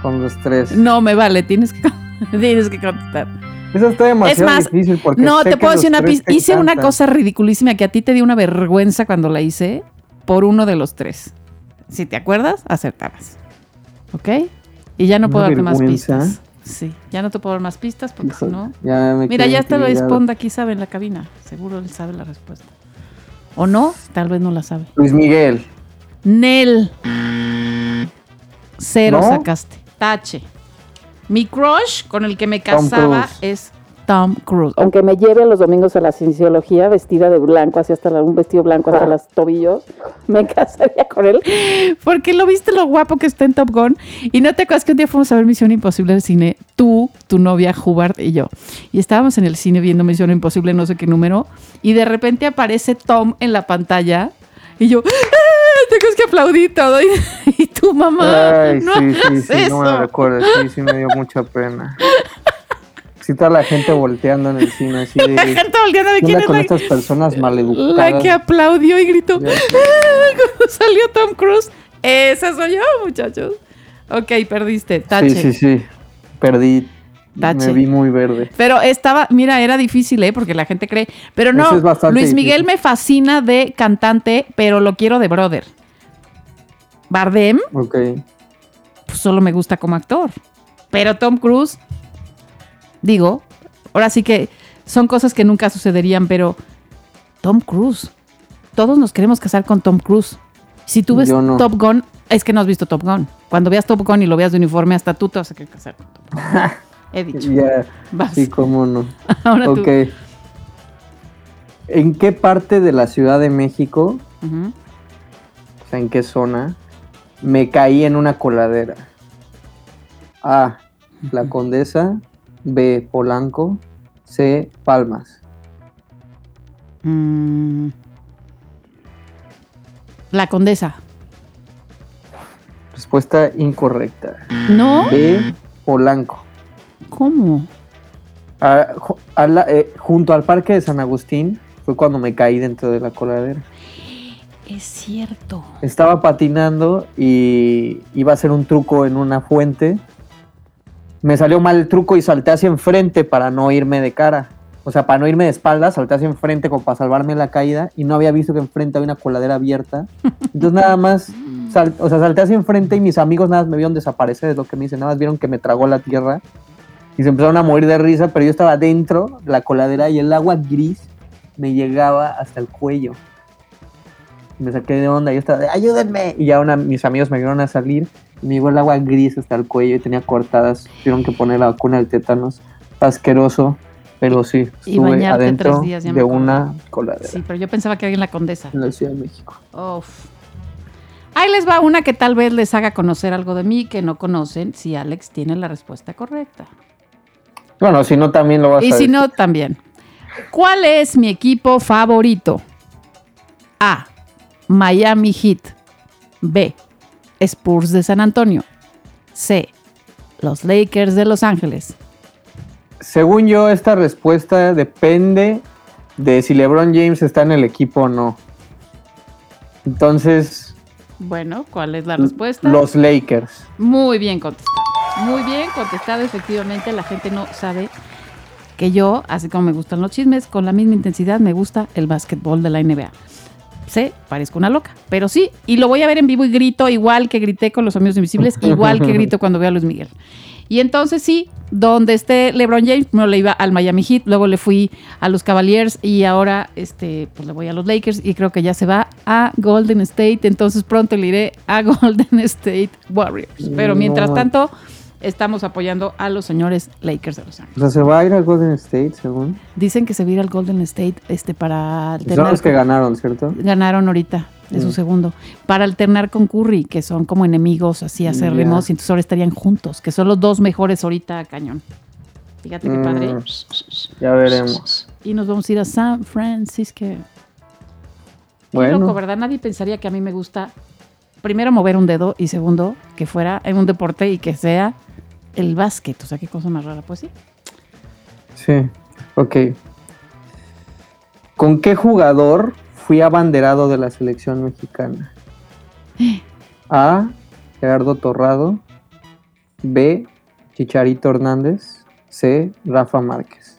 Speaker 7: Con los tres.
Speaker 6: No me vale, tienes que tienes que contestar.
Speaker 7: Eso está demasiado
Speaker 6: más,
Speaker 7: difícil porque.
Speaker 6: no,
Speaker 7: sé
Speaker 6: te
Speaker 7: que
Speaker 6: puedo
Speaker 7: los
Speaker 6: decir una
Speaker 7: tres
Speaker 6: pista.
Speaker 7: te
Speaker 6: Hice una
Speaker 7: encantan.
Speaker 6: cosa ridiculísima que a ti te dio una vergüenza cuando la hice por uno de los tres. Si te acuerdas, acertabas. ¿Ok? Y ya no
Speaker 7: Una
Speaker 6: puedo darte más
Speaker 7: vergüenza.
Speaker 6: pistas. Sí, ya no te puedo dar más pistas porque si
Speaker 7: Híjole,
Speaker 6: no.
Speaker 7: ya me
Speaker 6: Mira,
Speaker 7: quedé
Speaker 6: ya está lo
Speaker 7: intimidado.
Speaker 6: responde aquí, sabe en la cabina. Seguro él sabe la respuesta. O no, tal vez no la sabe.
Speaker 7: Luis Miguel.
Speaker 6: Nel. Cero
Speaker 7: ¿No?
Speaker 6: sacaste. Tache. Mi crush con el que me
Speaker 7: Tom
Speaker 6: casaba
Speaker 7: Cruise.
Speaker 6: es Tom Cruise. Aunque me lleve los domingos a la cienciología vestida de blanco, así hasta la- un vestido blanco hasta los tobillos, me casaría con él. Porque lo viste lo guapo que está en Top Gun. Y no te acuerdas que un día fuimos a ver Misión Imposible al cine, tú, tu novia, Hubbard y yo. Y estábamos en el cine viendo Misión Imposible, no sé qué número, y de repente aparece Tom en la pantalla. Y yo, ¡Ah! tengo que aplaudir todo. Y, y tu mamá,
Speaker 7: Ay,
Speaker 6: no
Speaker 7: sí, sí,
Speaker 6: hagas
Speaker 7: sí, no me
Speaker 6: eso.
Speaker 7: lo recuerdo. Sí, sí, me dio mucha pena. Sí, toda la gente volteando en el cine, así de.
Speaker 6: La gente volteando de
Speaker 7: ¿Qué
Speaker 6: quién
Speaker 7: onda
Speaker 6: es
Speaker 7: con
Speaker 6: la,
Speaker 7: estas personas
Speaker 6: la
Speaker 7: maleducadas?
Speaker 6: que aplaudió y gritó,
Speaker 7: Ya.
Speaker 6: "Ah", cuando salió Tom Cruise. Esa soy yo, muchachos. Ok, perdiste, tache.
Speaker 7: Sí, sí, sí. Perdí.
Speaker 6: Tache.
Speaker 7: Me vi muy verde.
Speaker 6: Pero estaba, mira, era difícil, ¿eh? Porque la gente cree. Pero no,
Speaker 7: Eso Pues es bastante
Speaker 6: Luis Miguel
Speaker 7: difícil.
Speaker 6: me fascina de cantante, pero lo quiero de brother. Bardem,
Speaker 7: Ok.
Speaker 6: pues, solo me gusta como actor. Pero Tom Cruise, digo, ahora sí que son cosas que nunca sucederían, pero Tom Cruise. Todos nos queremos casar con Tom Cruise. Si tú ves
Speaker 7: Yo no.
Speaker 6: Top Gun, es que no has visto Top Gun. Cuando veas Top Gun y lo veas de uniforme, hasta tú te vas a querer casar con Top Gun. He dicho.
Speaker 7: Ya,
Speaker 6: Vas.
Speaker 7: sí, cómo no.
Speaker 6: Ahora
Speaker 7: ok.
Speaker 6: tú.
Speaker 7: ¿En qué parte de la Ciudad de México,
Speaker 6: Ujú.
Speaker 7: o sea, en qué zona, me caí en una coladera? A. La Condesa. B. Polanco. C. Palmas.
Speaker 6: Mm. La condesa.
Speaker 7: Respuesta incorrecta.
Speaker 6: ¿No?
Speaker 7: B. Polanco.
Speaker 6: ¿Cómo?
Speaker 7: A- ju- a la- eh, junto al Parque de San Agustín fue cuando me caí dentro de la coladera.
Speaker 6: Es cierto.
Speaker 7: Estaba patinando y iba a hacer un truco en una fuente. Me salió mal el truco y salté hacia enfrente para no irme de cara. O sea, para no irme de espalda, salté hacia enfrente como para salvarme la caída y no había visto que enfrente había una coladera abierta. Entonces nada más, sal- o sea, salté hacia enfrente y mis amigos nada más me vieron desaparecer, es lo que me dicen, nada más vieron que me tragó la tierra y se empezaron a morir de risa, pero yo estaba dentro, de la coladera y el agua gris me llegaba hasta el cuello. Me saqué de onda, yo estaba de, ayúdenme. Y ya una, mis amigos me vieron a salir y me llegó el agua gris hasta el cuello y tenía cortadas. Tuvieron que poner la vacuna del tétanos. Asqueroso, pero sí,
Speaker 6: Y
Speaker 7: estuve
Speaker 6: bañarte
Speaker 7: adentro
Speaker 6: tres días, ya me
Speaker 7: de
Speaker 6: acordé.
Speaker 7: una coladera
Speaker 6: Sí, pero yo pensaba que era en la condesa.
Speaker 7: en la Ciudad de México.
Speaker 6: Uf. Ahí les va una que tal vez les haga conocer algo de mí que no conocen si Alex tiene la respuesta correcta.
Speaker 7: Bueno, si no, también lo vas a
Speaker 6: Y si
Speaker 7: decir.
Speaker 6: no, también. ¿Cuál es mi equipo favorito? A. Miami Heat. B. Spurs de San Antonio. C. Los Lakers de Los Ángeles.
Speaker 7: Según yo, esta respuesta depende de si LeBron James está en el equipo o no. Entonces,
Speaker 6: Bueno, ¿cuál es la respuesta?
Speaker 7: los Lakers.
Speaker 6: Muy bien contestado. Muy bien contestado, efectivamente. La gente no sabe que yo, así como me gustan los chismes, con la misma intensidad me gusta el básquetbol de la NBA. Sé, parezco una loca, pero sí, y lo voy a ver en vivo y grito igual que grité con los amigos invisibles, igual que grito cuando veo a Luis Miguel. Y entonces sí, donde esté LeBron James, primero le iba al Miami Heat, luego le fui a los Cavaliers y ahora este, pues le voy a los Lakers y creo que ya se va a Golden State, entonces pronto le iré a Golden State Warriors. Pero mientras
Speaker 7: No.
Speaker 6: tanto, estamos apoyando a los señores Lakers de Los Ángeles.
Speaker 7: O sea, se va a ir al Golden State, según.
Speaker 6: Dicen que se va a ir al Golden State este, para
Speaker 7: Son
Speaker 6: alternar.
Speaker 7: los Pues que ganaron, ¿cierto?
Speaker 6: ganaron ahorita, de su
Speaker 7: Mm.
Speaker 6: segundo, para alternar con Curry, que son como enemigos así acérrimos, y
Speaker 7: Ya.
Speaker 6: entonces ahora estarían juntos, que son los dos mejores ahorita a cañón. Fíjate qué padre.
Speaker 7: Mm, ya veremos.
Speaker 6: Y nos vamos a ir a San Francisco. Qué
Speaker 7: Bueno.
Speaker 6: loco, ¿verdad? Nadie pensaría que a mí me gusta primero mover un dedo y segundo que fuera en un deporte y que sea el básquet. O sea, qué cosa más rara, pues sí.
Speaker 7: Sí, ok. ¿Con qué jugador fui abanderado de la selección mexicana? A. Gerardo Torrado. B. Chicharito Hernández. C. Rafa Márquez.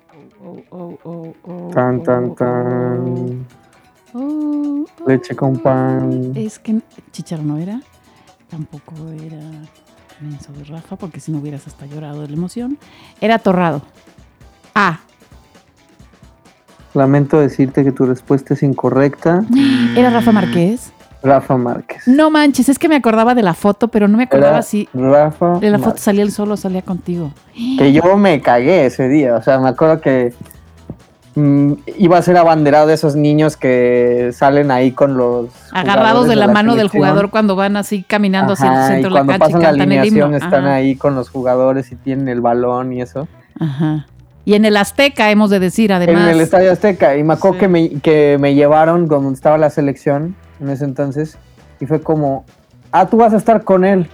Speaker 6: Oh,
Speaker 7: Tan, tan, tan. Leche con pan.
Speaker 6: Es que Chicharo no era, tampoco era menso de Rafa, porque si no hubieras hasta llorado de la emoción. Era Torrado. Ah,
Speaker 7: Lamento decirte que tu respuesta es incorrecta.
Speaker 6: era Rafa Márquez.
Speaker 7: Rafa Márquez.
Speaker 6: No manches, es que me acordaba de la foto, pero no me acordaba
Speaker 7: Era
Speaker 6: si
Speaker 7: Rafa
Speaker 6: de la foto
Speaker 7: Márquez.
Speaker 6: salía él solo o salía contigo.
Speaker 7: Que yo me cagué ese día. O sea, me acuerdo que mm, iba a ser abanderado de esos niños que salen ahí con los.
Speaker 6: Agarrados
Speaker 7: jugadores
Speaker 6: de la mano del
Speaker 7: selección.
Speaker 6: jugador cuando van así caminando hacia el
Speaker 7: Ajá, y
Speaker 6: centro de la
Speaker 7: cuando
Speaker 6: cancha y
Speaker 7: pasan la
Speaker 6: cantan el himno.
Speaker 7: alineación están
Speaker 6: Ajá,
Speaker 7: ahí con los jugadores y tienen el balón y eso.
Speaker 6: ajá. Y en el Azteca hemos de decir, además.
Speaker 7: En el Estadio Azteca. Y me acuerdo
Speaker 6: Sí.
Speaker 7: que, me, que me llevaron donde estaba la selección en ese entonces. Y fue como, ah, tú vas a estar con él.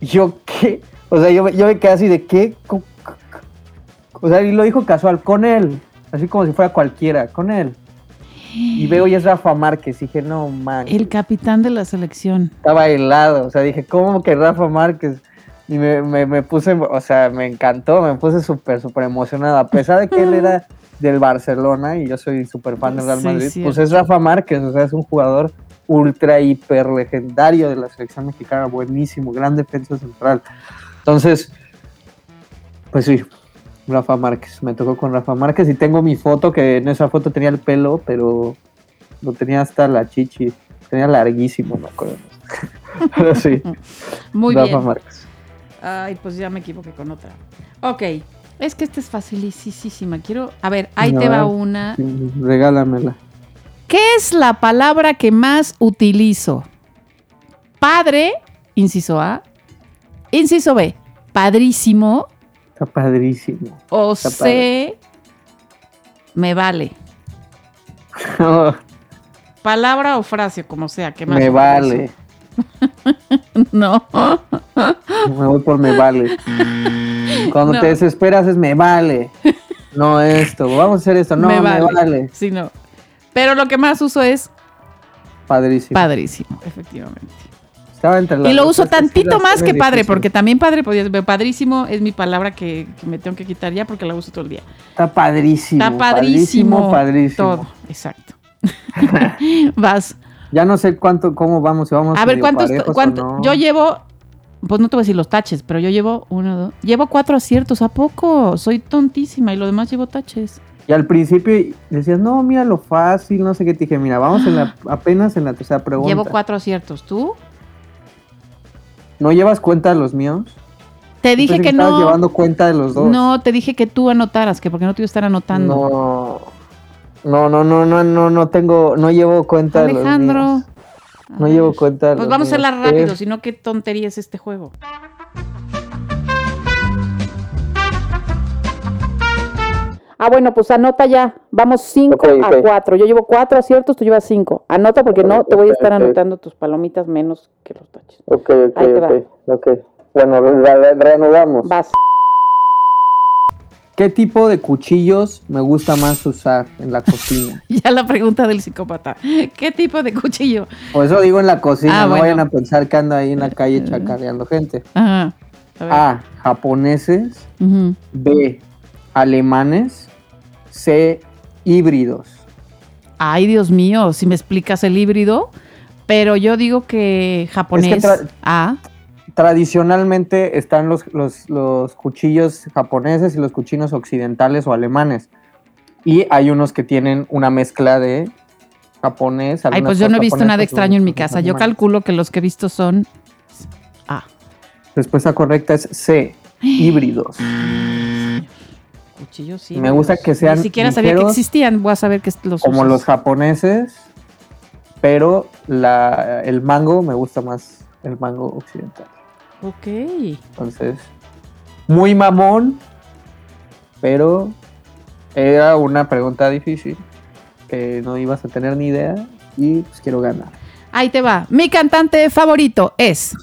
Speaker 7: Y Yo, ¿qué? O sea, yo, me- yo me quedé así de, ¿qué? Co- co- co- O sea, y lo dijo casual, con él. Así como si fuera cualquiera, con él. Y veo y es Rafa Márquez. Y dije, no, man.
Speaker 6: el capitán de la selección.
Speaker 7: Estaba helado. O sea, dije, ¿cómo que Rafa Márquez? Y me, me- me puse, o sea, me encantó, me puse súper, súper emocionada. A pesar de que él era del Barcelona y yo soy súper fan del Real
Speaker 6: Sí,
Speaker 7: Madrid, pues
Speaker 6: cierto.
Speaker 7: es Rafa Márquez, o sea, es un jugador ultra, hiper legendario de la selección mexicana, buenísimo, gran defensa central. Entonces, pues sí, Rafa Márquez, me tocó con Rafa Márquez y tengo mi foto, que en esa foto tenía el pelo, pero lo tenía hasta la chichi, tenía larguísimo, no acuerdo. pero sí,
Speaker 6: Muy
Speaker 7: Rafa
Speaker 6: bien.
Speaker 7: Márquez.
Speaker 6: Ay, pues ya me equivoqué con otra. Ok. Es que esta es facilísima. Quiero. A ver, ahí
Speaker 7: A
Speaker 6: te va
Speaker 7: ver.
Speaker 6: una.
Speaker 7: Sí, Regálamela.
Speaker 6: ¿Qué es la palabra que más utilizo? Padre, inciso A. Inciso B, padrísimo.
Speaker 7: Está padrísimo.
Speaker 6: O
Speaker 7: Está
Speaker 6: C, me vale. Palabra o frase, como sea. ¿qué más
Speaker 7: me
Speaker 6: utilizo?
Speaker 7: vale.
Speaker 6: No.
Speaker 7: Me voy por me vale. Cuando
Speaker 6: No.
Speaker 7: te desesperas es me vale. No esto. Vamos a hacer esto. No, me vale.
Speaker 6: Sí, no. Pero lo que más uso es
Speaker 7: Padrísimo.
Speaker 6: padrísimo, efectivamente.
Speaker 7: Estaba entre las
Speaker 6: Y lo
Speaker 7: dos,
Speaker 6: uso
Speaker 7: estas, sí
Speaker 6: tantito
Speaker 7: las
Speaker 6: más
Speaker 7: tiene
Speaker 6: que padre,
Speaker 7: difíciles.
Speaker 6: porque también padre, podías ver, padrísimo es mi palabra que, que me tengo que quitar ya porque la uso todo el día.
Speaker 7: Está padrísimo.
Speaker 6: Está padrísimo.
Speaker 7: Padrísimo.
Speaker 6: Todo, exacto. Vas.
Speaker 7: Ya no sé cuánto, cómo vamos, si vamos
Speaker 6: A ver,
Speaker 7: medio
Speaker 6: ¿cuántos?
Speaker 7: parejos o
Speaker 6: cuánto-
Speaker 7: no.
Speaker 6: Yo llevo, pues no te voy a decir los taches, pero yo llevo uno, dos. Llevo cuatro aciertos, ¿a poco? Soy tontísima y lo demás llevo taches.
Speaker 7: Y al principio decías, no, mira lo fácil, no sé qué. Te dije, mira, vamos en la, apenas en la tercera pregunta.
Speaker 6: Llevo cuatro aciertos. ¿Tú?
Speaker 7: ¿No llevas cuenta de los míos?
Speaker 6: Te dije
Speaker 7: Pensé
Speaker 6: que,
Speaker 7: estabas
Speaker 6: no.
Speaker 7: llevando cuenta de los dos.
Speaker 6: No, te dije que tú anotaras, que porque no te iba a estar anotando.
Speaker 7: No, no, no, no, no, no, no tengo, no llevo cuenta de los
Speaker 6: Alejandro.
Speaker 7: míos. No llevo cuenta de
Speaker 6: Pues
Speaker 7: los
Speaker 6: vamos a
Speaker 7: míos.
Speaker 6: hacerla rápido,
Speaker 7: Eh,
Speaker 6: si no, qué tontería es este juego. Ah, bueno, pues anota ya. Vamos 5
Speaker 7: Ok, ok.
Speaker 6: a 4. Yo llevo 4 aciertos, tú llevas 5. Anota porque no te voy a estar
Speaker 7: Ok, ok.
Speaker 6: anotando tus palomitas menos que los taches.
Speaker 7: Ok, ok,
Speaker 6: Ahí te va.
Speaker 7: ok, ok. Bueno, re- re- reanudamos.
Speaker 6: Vas.
Speaker 7: ¿Qué tipo de cuchillos me gusta más usar en la cocina?
Speaker 6: Ya la pregunta del psicópata. ¿Qué tipo de cuchillo?
Speaker 7: Por eso digo en la cocina,
Speaker 6: Ah,
Speaker 7: no
Speaker 6: bueno.
Speaker 7: vayan a pensar que ando ahí en la calle chacarreando gente.
Speaker 6: Ajá. A ver.
Speaker 7: A, japoneses.
Speaker 6: Ujú.
Speaker 7: B, alemanes. C, híbridos.
Speaker 6: Ay, Dios mío, si me explicas el híbrido. Pero yo digo que japonés.
Speaker 7: tra-
Speaker 6: ah,
Speaker 7: tradicionalmente están los, los- los cuchillos japoneses y los cuchillos occidentales o alemanes. Y hay unos que tienen una mezcla de japonés.
Speaker 6: Ay,
Speaker 7: algunas
Speaker 6: pues yo no he
Speaker 7: cosas
Speaker 6: visto nada
Speaker 7: japonesas,
Speaker 6: extraño en mi
Speaker 7: algunas
Speaker 6: casa. Yo
Speaker 7: cosas alemanas.
Speaker 6: calculo que los que he visto son. Ah,
Speaker 7: Respuesta correcta es C, híbridos.
Speaker 6: cuchillos sí.
Speaker 7: Me gusta que sean
Speaker 6: Ni siquiera sabía que
Speaker 7: ligeros,
Speaker 6: existían. Voy a saber que los.
Speaker 7: como
Speaker 6: usas.
Speaker 7: los japoneses, pero la, el mango me gusta más el mango occidental.
Speaker 6: Ok.
Speaker 7: Entonces, muy mamón, pero era una pregunta difícil que no ibas a tener ni idea y pues quiero ganar.
Speaker 6: Ahí te va. Mi cantante favorito es.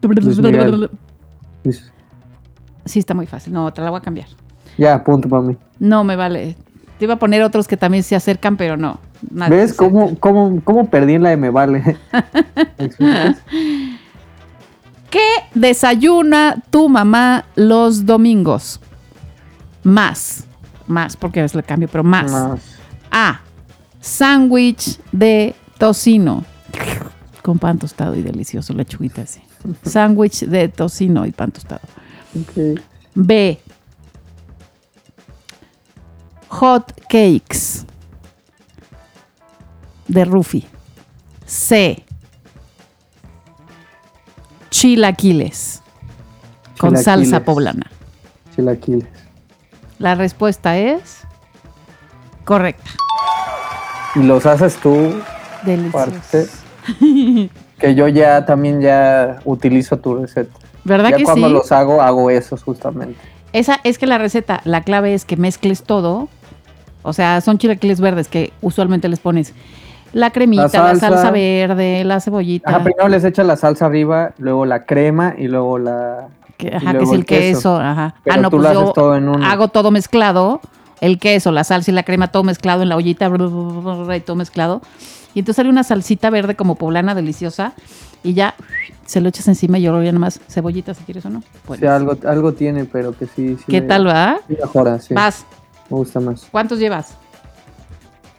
Speaker 7: Luis Miguel. Luis.
Speaker 6: Sí, está muy fácil. No, te la voy a cambiar.
Speaker 7: Ya, punto para mí.
Speaker 6: No me vale. Te iba a poner otros que también se acercan, pero no. Nadie
Speaker 7: ¿Ves
Speaker 6: se acerca.
Speaker 7: cómo, cómo, cómo perdí en la de me vale? ¿Me explicas?
Speaker 6: ¿Qué desayuna tu mamá los domingos? Más. Más, porque es el cambio, pero más.
Speaker 7: Más.
Speaker 6: A. Sándwich de tocino. Con pan tostado y delicioso, lechuguita así. Sándwich de tocino y pan tostado.
Speaker 7: Ok.
Speaker 6: B. Hot cakes de Rufi. C. Chilaquiles con
Speaker 7: Chilaquiles.
Speaker 6: salsa poblana.
Speaker 7: Chilaquiles.
Speaker 6: La respuesta es correcta.
Speaker 7: Y los haces tú, Parte.
Speaker 6: Delicioso.
Speaker 7: que yo ya también ya utilizo tu receta.
Speaker 6: ¿Verdad
Speaker 7: Ya
Speaker 6: que
Speaker 7: cuando
Speaker 6: sí?
Speaker 7: los hago, hago esos justamente.
Speaker 6: Esa es que la receta, la clave es que mezcles todo. O sea, son chilaquiles verdes que usualmente les pones la cremita, la salsa,
Speaker 7: salsa.
Speaker 6: verde, la cebollita.
Speaker 7: Ajá, primero les echa la salsa arriba, luego la crema y luego la...
Speaker 6: Que,
Speaker 7: y
Speaker 6: ajá, que
Speaker 7: luego
Speaker 6: es el
Speaker 7: el queso.
Speaker 6: queso, ajá.
Speaker 7: Pero
Speaker 6: ah, no,
Speaker 7: tú
Speaker 6: pues
Speaker 7: lo
Speaker 6: yo
Speaker 7: haces todo en uno.
Speaker 6: hago todo mezclado, el queso, la salsa y la crema, todo mezclado en la ollita, bru, bru, bru, bru, y todo mezclado. Y entonces sale una salsita verde como poblana deliciosa y ya se lo echas encima y yo lo voy a nomás cebollita si quieres o no.
Speaker 7: O
Speaker 6: Bueno,
Speaker 7: sea, algo, algo tiene, pero que sí... sí
Speaker 6: Pues ¿Qué
Speaker 7: me-
Speaker 6: tal va?
Speaker 7: sí mejora, sí.
Speaker 6: Vas,
Speaker 7: Me gusta más.
Speaker 6: ¿cuántos llevas?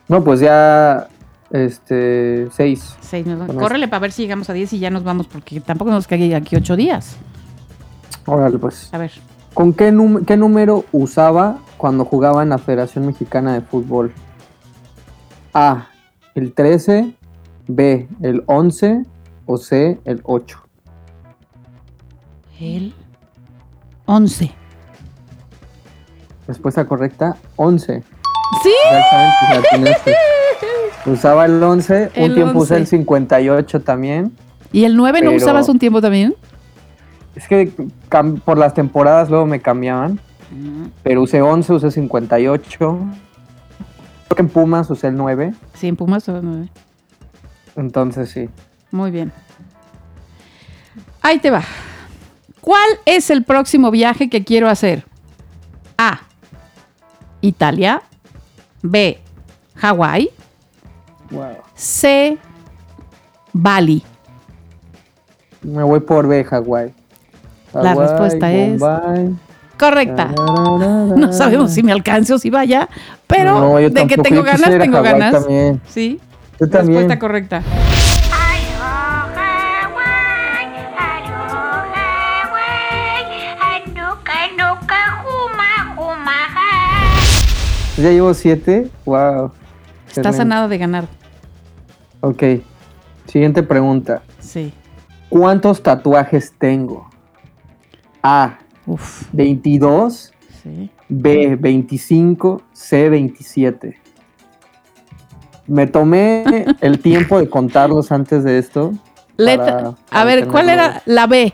Speaker 7: No, pues ya... Este... Seis.
Speaker 6: Seis, ¿no?
Speaker 7: Con
Speaker 6: Córrele para ver si llegamos a diez y ya nos vamos porque tampoco nos cae aquí ocho días.
Speaker 7: Órale, pues.
Speaker 6: A ver,
Speaker 7: ¿Con qué, num- qué número usaba cuando jugaba en la Federación Mexicana de Fútbol? A, el 13, B, el 11 o C, el 8.
Speaker 6: el once.
Speaker 7: Respuesta correcta, 11.
Speaker 6: ¡Sí!
Speaker 7: Exactamente, la atinaste. Usaba el 11,
Speaker 6: El
Speaker 7: un tiempo usé el
Speaker 6: 11.
Speaker 7: 58 también.
Speaker 6: ¿Y el nueve no
Speaker 7: Pero-
Speaker 6: usabas un tiempo también?
Speaker 7: Es que cam- por las temporadas luego me cambiaban, pero usé 11, usé 58. Creo que en Pumas usé el 9,
Speaker 6: Sí, en Pumas usabas nueve.
Speaker 7: entonces sí.
Speaker 6: Muy bien. Ahí te va. ¿Cuál es el próximo viaje que quiero hacer? A. Italia. B. Hawái.
Speaker 7: Wow.
Speaker 6: C. Bali.
Speaker 7: Me voy por B, Hawái.
Speaker 6: La
Speaker 7: Hawái,
Speaker 6: respuesta es-
Speaker 7: Bombay,
Speaker 6: Correcta.
Speaker 7: tararara.
Speaker 6: No sabemos si me alcance o si vaya, pero
Speaker 7: Ah. No, yo
Speaker 6: de que
Speaker 7: tampoco.
Speaker 6: tengo
Speaker 7: Yo
Speaker 6: ganas,
Speaker 7: quisiera
Speaker 6: tengo
Speaker 7: Hawái
Speaker 6: ganas.
Speaker 7: También.
Speaker 6: Sí.
Speaker 7: Yo también.
Speaker 6: Respuesta correcta.
Speaker 7: Ya llevo siete. Wow.
Speaker 6: Estás a nada de ganar.
Speaker 7: Ok. Siguiente pregunta.
Speaker 6: Sí.
Speaker 7: ¿Cuántos tatuajes tengo? A,
Speaker 6: Uf.
Speaker 7: 22.
Speaker 6: Sí.
Speaker 7: B, 25. C, 27. Me tomé el tiempo de contarlos antes de esto.
Speaker 6: Letra-
Speaker 7: para-
Speaker 6: a
Speaker 7: para
Speaker 6: ver, ¿cuál
Speaker 7: tenerlo.
Speaker 6: era la B?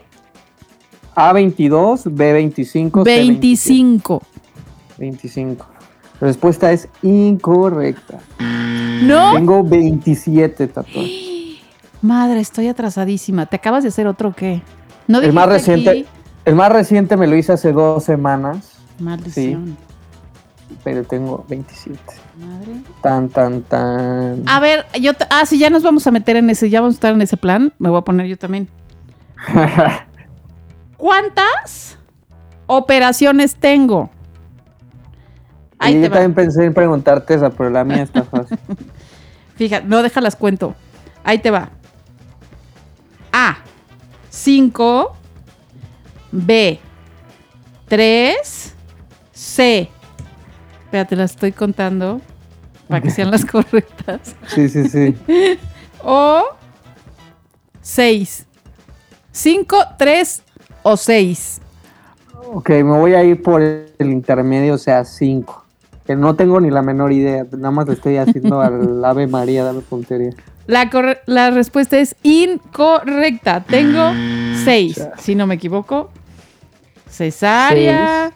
Speaker 7: A22, B25, C25.
Speaker 6: 25.
Speaker 7: 25. La respuesta es incorrecta.
Speaker 6: ¿No?
Speaker 7: Tengo 27 tatuajes.
Speaker 6: Madre, estoy atrasadísima. ¿Te acabas de hacer otro o qué? No
Speaker 7: El más
Speaker 6: dijiste
Speaker 7: reciente,
Speaker 6: aquí?
Speaker 7: el más reciente me lo hice hace dos semanas,
Speaker 6: Maldición.
Speaker 7: pero tengo 27.
Speaker 6: Madre.
Speaker 7: Tan, tan, tan.
Speaker 6: A ver, yo. t- Ah, sí, ya nos vamos a meter en ese. Ya vamos a estar en ese plan. Me voy a poner yo también. ¿Cuántas operaciones tengo? Ahí
Speaker 7: Y
Speaker 6: te
Speaker 7: yo
Speaker 6: va.
Speaker 7: también pensé en preguntarte esa, pero la mía está fácil.
Speaker 6: Fija, no déjalas cuento. Ahí te va. A. 5. B. 3. C. Espérate, las estoy contando para que sean las correctas.
Speaker 7: Sí, sí, sí.
Speaker 6: O 6. 5, 3 o 6.
Speaker 7: Ok, me voy a ir por el intermedio, o sea, 5. Que no tengo ni la menor idea, nada más le estoy haciendo al Ave María, dame puntería.
Speaker 6: La, corre- la respuesta es incorrecta. Tengo
Speaker 7: Mm,
Speaker 6: 6, si no me equivoco. Cesárea.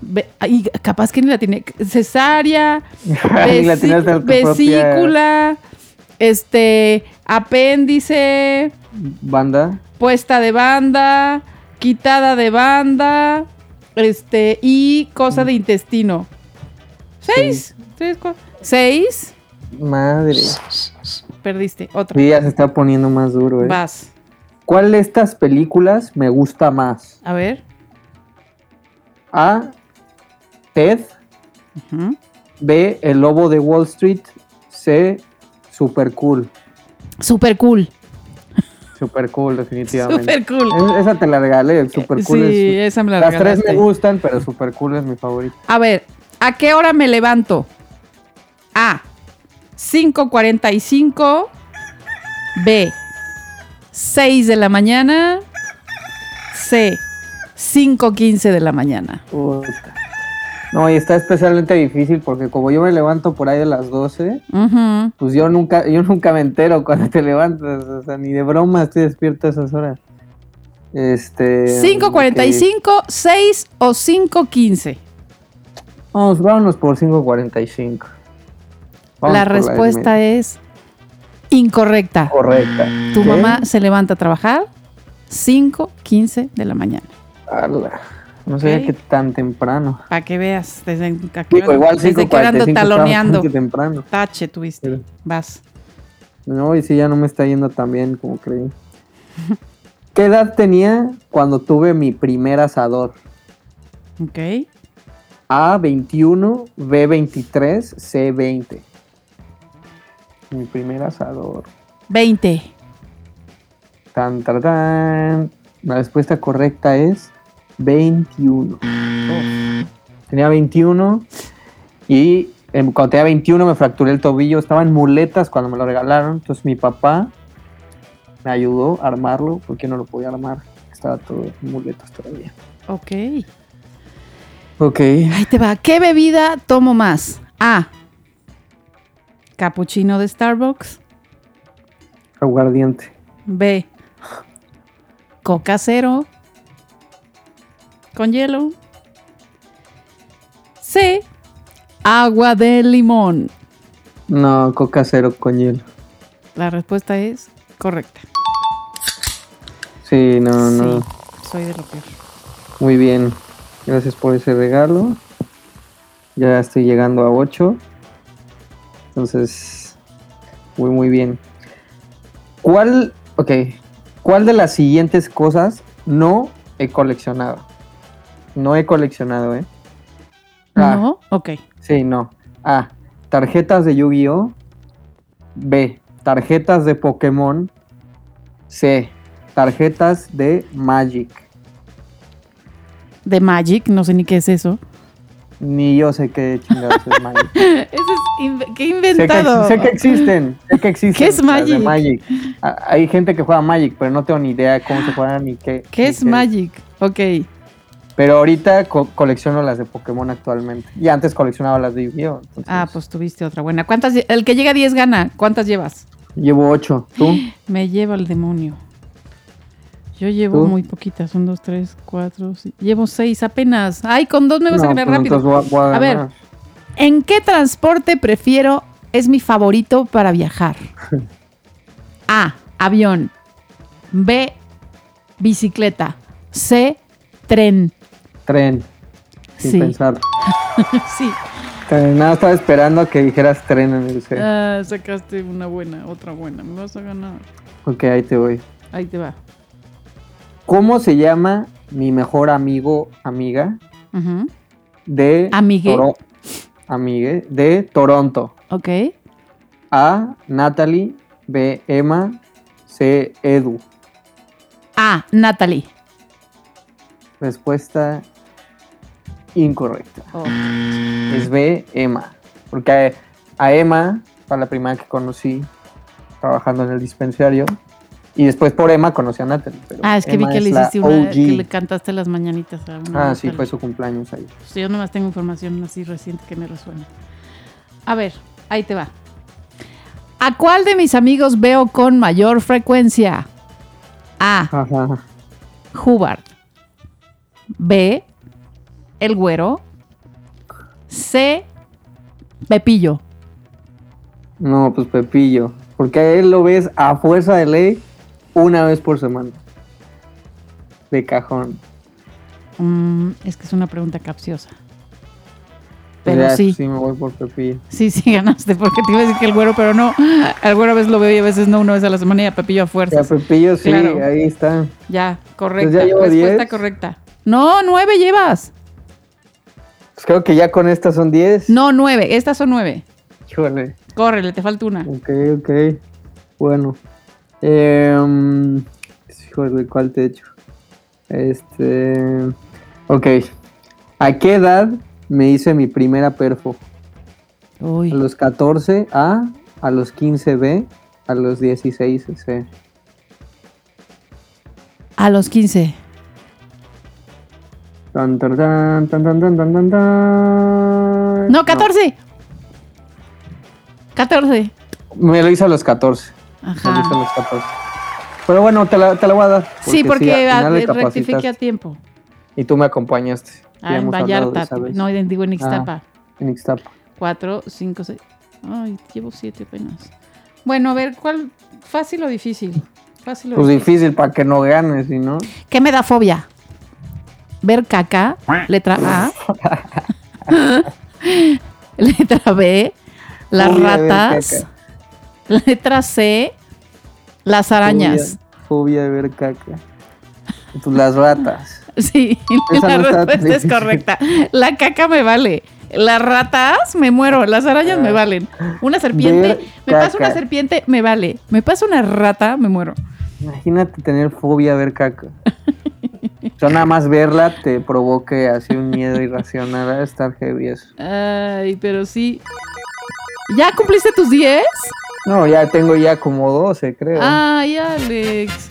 Speaker 6: ve- ay, capaz que ni la tiene. Cesárea.
Speaker 7: Ni la
Speaker 6: vesi-
Speaker 7: tienes de tu propia-
Speaker 6: vesícula. Este, apéndice,
Speaker 7: Banda.
Speaker 6: puesta de banda, quitada de banda, este, y cosa
Speaker 7: Mm.
Speaker 6: de intestino. Seis. Tres, cua- Seis.
Speaker 7: Madre.
Speaker 6: Perdiste. Otra.
Speaker 7: Sí, ya se está poniendo más duro, eh.
Speaker 6: Vas.
Speaker 7: ¿Cuál de estas películas me gusta más?
Speaker 6: A ver.
Speaker 7: A. Ted.
Speaker 6: Ujú.
Speaker 7: B. El lobo de Wall Street. C. Super cool.
Speaker 6: Super cool.
Speaker 7: Super cool, definitivamente.
Speaker 6: Super cool.
Speaker 7: Es- esa te la regalé. el Super cool
Speaker 6: sí,
Speaker 7: es.
Speaker 6: esa me la
Speaker 7: Las tres me
Speaker 6: regalaste.
Speaker 7: gustan, pero Super cool es mi favorito.
Speaker 6: A ver, ¿a qué hora me levanto? A. 5.45. B. 6 de la mañana. C. 5.15 de la mañana.
Speaker 7: Puta. No, y está especialmente difícil porque como yo me levanto por ahí de las 12,
Speaker 6: Ujú.
Speaker 7: pues yo nunca, yo nunca me entero cuando te levantas, o sea, ni de broma estoy despierto a esas horas. Este.
Speaker 6: 5.45, 6 o 5.15.
Speaker 7: ok. Vamos, vámonos por 5.45. Vamos
Speaker 6: La
Speaker 7: por
Speaker 6: respuesta
Speaker 7: media.
Speaker 6: es incorrecta.
Speaker 7: correcta.
Speaker 6: Tu
Speaker 7: ¿Qué?
Speaker 6: mamá se levanta a trabajar 5.15 de la mañana.
Speaker 7: Ala, No sabía
Speaker 6: Ok.
Speaker 7: que tan temprano.
Speaker 6: Para que veas desde, a qué
Speaker 7: Digo,
Speaker 6: hora-
Speaker 7: igual
Speaker 6: desde que ando
Speaker 7: 5.45 estaba
Speaker 6: taloneando.
Speaker 7: bastante temprano.
Speaker 6: Tache tuviste.
Speaker 7: Pero-
Speaker 6: Vas.
Speaker 7: No, y si ya no me está yendo tan bien como creí. ¿Qué edad tenía cuando tuve mi primer asador?
Speaker 6: Ok.
Speaker 7: A21, B23, C20. Mi primer asador.
Speaker 6: 20.
Speaker 7: Tan, tan, tan. La respuesta correcta es 21. Mm. Tenía 21 y em, cuando tenía 21 me fracturé el tobillo. Estaba en muletas cuando me lo regalaron. Entonces mi papá me ayudó a armarlo porque no lo podía armar. Estaba todo en muletas todavía.
Speaker 6: Ok.
Speaker 7: Ok.
Speaker 6: Ahí te va. ¿Qué bebida tomo más? A. Capuchino de Starbucks.
Speaker 7: Aguardiente.
Speaker 6: B. Coca cero. Con hielo. C. Agua de limón.
Speaker 7: No, coca cero con hielo.
Speaker 6: La respuesta es correcta.
Speaker 7: Sí, no, no.
Speaker 6: Sí, soy de lo peor.
Speaker 7: Muy bien. Gracias por ese regalo. Ya estoy llegando a 8. Entonces, muy, muy bien. ¿Cuál, ok, cuál de las siguientes cosas no he coleccionado? No he coleccionado, ¿eh? Ah,
Speaker 6: ¿No? Ok.
Speaker 7: Sí, no. A. Tarjetas de Yu-Gi-Oh. B. Tarjetas de Pokémon. C. Tarjetas de Magic.
Speaker 6: De Magic, no sé ni qué es eso.
Speaker 7: Ni yo sé qué chingados es Magic.
Speaker 6: Eso es inve- qué
Speaker 7: sé, que,
Speaker 6: inventado.
Speaker 7: sé que existen, sé que existen.
Speaker 6: ¿Qué es
Speaker 7: las de
Speaker 6: Magic?
Speaker 7: Magic. A- Hay gente que juega Magic, pero no tengo ni idea de cómo se juegan ni qué.
Speaker 6: ¿Qué
Speaker 7: ni
Speaker 6: es Magic? Ok.
Speaker 7: Pero ahorita co- colecciono las de Pokémon actualmente. Y antes coleccionaba las de Yu-Gi-Oh! entonces-
Speaker 6: Ah, pues tuviste otra buena. ¿Cuántas? lle- El que llega a 10 gana. ¿Cuántas llevas?
Speaker 7: Llevo ocho. ¿Tú?
Speaker 6: Me lleva el demonio. Yo llevo
Speaker 7: ¿Tú?
Speaker 6: muy poquitas. Un, dos, tres, cuatro. ci- Llevo seis apenas. Ay, con dos me vas a
Speaker 7: No,
Speaker 6: ganar
Speaker 7: pues
Speaker 6: rápido.
Speaker 7: entonces voy a- voy a
Speaker 6: A ver.
Speaker 7: ganar.
Speaker 6: ¿En qué transporte prefiero es mi favorito para viajar? A. Avión. B. Bicicleta. C. Tren.
Speaker 7: Tren, sin
Speaker 6: Sí.
Speaker 7: pensar.
Speaker 6: sí.
Speaker 7: Tren, Nada, estaba esperando que dijeras tren en el C.
Speaker 6: Ah, sacaste una buena, otra buena. Me vas a ganar.
Speaker 7: Ok, ahí te voy.
Speaker 6: Ahí te va.
Speaker 7: ¿Cómo se llama mi mejor amigo, amiga
Speaker 6: Ujú.
Speaker 7: de...
Speaker 6: Amigue.
Speaker 7: Toro- Amigue de Toronto?
Speaker 6: Ok.
Speaker 7: A. Natalie. B. Emma. C. Edu.
Speaker 6: A. Ah, Natalie.
Speaker 7: Respuesta incorrecta.
Speaker 6: Oh,
Speaker 7: Es B. Emma. Porque a, a Emma fue la primera que conocí trabajando en el dispensario. Y después por Emma conocí a Natalie. pero
Speaker 6: Ah, es que
Speaker 7: Emma
Speaker 6: vi que le
Speaker 7: la
Speaker 6: hiciste una.
Speaker 7: OG.
Speaker 6: que le cantaste las mañanitas a una.
Speaker 7: Ah, sí,
Speaker 6: Natalie.
Speaker 7: fue su cumpleaños ahí.
Speaker 6: Pues yo nomás tengo información así reciente que me resuena. A ver, ahí te va. ¿A cuál de mis amigos veo con mayor frecuencia? A.
Speaker 7: Ajá.
Speaker 6: Hubbard. B. El Güero. C. Pepillo.
Speaker 7: No, pues Pepillo. Porque a él lo ves a fuerza de ley una vez por semana. De cajón.
Speaker 6: Mm, es que es una pregunta capciosa. Pero
Speaker 7: Ya,
Speaker 6: sí.
Speaker 7: me voy por Pepillo.
Speaker 6: Sí, sí, ganaste, porque te iba a decir que el güero, pero no. Al güero a veces lo veo y a veces no, una vez a la semana y a Pepillo a
Speaker 7: Ya,
Speaker 6: fuerzas.
Speaker 7: Pepillo sí,
Speaker 6: Claro.
Speaker 7: ahí está.
Speaker 6: Ya, correcta.
Speaker 7: Pues ya llevo
Speaker 6: respuesta
Speaker 7: 10.
Speaker 6: correcta. No, nueve llevas.
Speaker 7: Pues creo que ya con estas son 10.
Speaker 6: No, nueve. Estas son nueve.
Speaker 7: Híjole.
Speaker 6: Córrele, te falta una.
Speaker 7: Ok, ok. Bueno. Em, híjole, ¿cuál te echo? Este. Ok. ¿A qué edad me hice mi primera perfo?
Speaker 6: Uy.
Speaker 7: A los 14 A, a los 15 B, a los 16 C.
Speaker 6: A los 15.
Speaker 7: Tan, tan, tan, tan, tan, tan, tan, tan, tan.
Speaker 6: No, 14. 14.
Speaker 7: Me lo hice a los 14. Me lo hice a
Speaker 6: Ajá.
Speaker 7: los 14. Pero bueno, te la, te la voy a dar.
Speaker 6: Ah. Sí, porque ah, eh,
Speaker 7: al
Speaker 6: a-
Speaker 7: final le
Speaker 6: rectifiqué a
Speaker 7: capacitaste
Speaker 6: tiempo.
Speaker 7: Y tú me acompañaste. Ya
Speaker 6: Ah, en
Speaker 7: hemos hablado de
Speaker 6: Vallarta.
Speaker 7: esa vez. Ah.
Speaker 6: No, en- digo en Ixtapa.
Speaker 7: En Ixtapa.
Speaker 6: Cuatro, cinco, seis. Ay, llevo siete apenas. Bueno, a ver, ¿cuál? ¿Fácil o difícil? Fácil o
Speaker 7: Pues difícil para que no ganes, ¿sí, ¿no?
Speaker 6: ¿Qué me da fobia? Ver caca, letra A. letra B, las
Speaker 7: Fobia de ver
Speaker 6: ratas.
Speaker 7: caca.
Speaker 6: Letra C, las arañas.
Speaker 7: Fobia, fobia de ver caca. Pues las ratas.
Speaker 6: Sí,
Speaker 7: Esa
Speaker 6: la
Speaker 7: no está
Speaker 6: respuesta es
Speaker 7: difícil.
Speaker 6: correcta. La caca me vale. Las ratas me muero, las arañas me valen. Una serpiente,
Speaker 7: Ah. Ver
Speaker 6: me pasa una
Speaker 7: caca.
Speaker 6: serpiente, me vale. Me pasa una rata, me muero.
Speaker 7: Imagínate tener fobia a ver caca. O sea, nada más verla te provoque así un miedo irracional. a estar heavy eso.
Speaker 6: Ay, pero sí. ¿Ya cumpliste tus 10?
Speaker 7: No, ya tengo ya como 12, creo.
Speaker 6: Ay, Alex.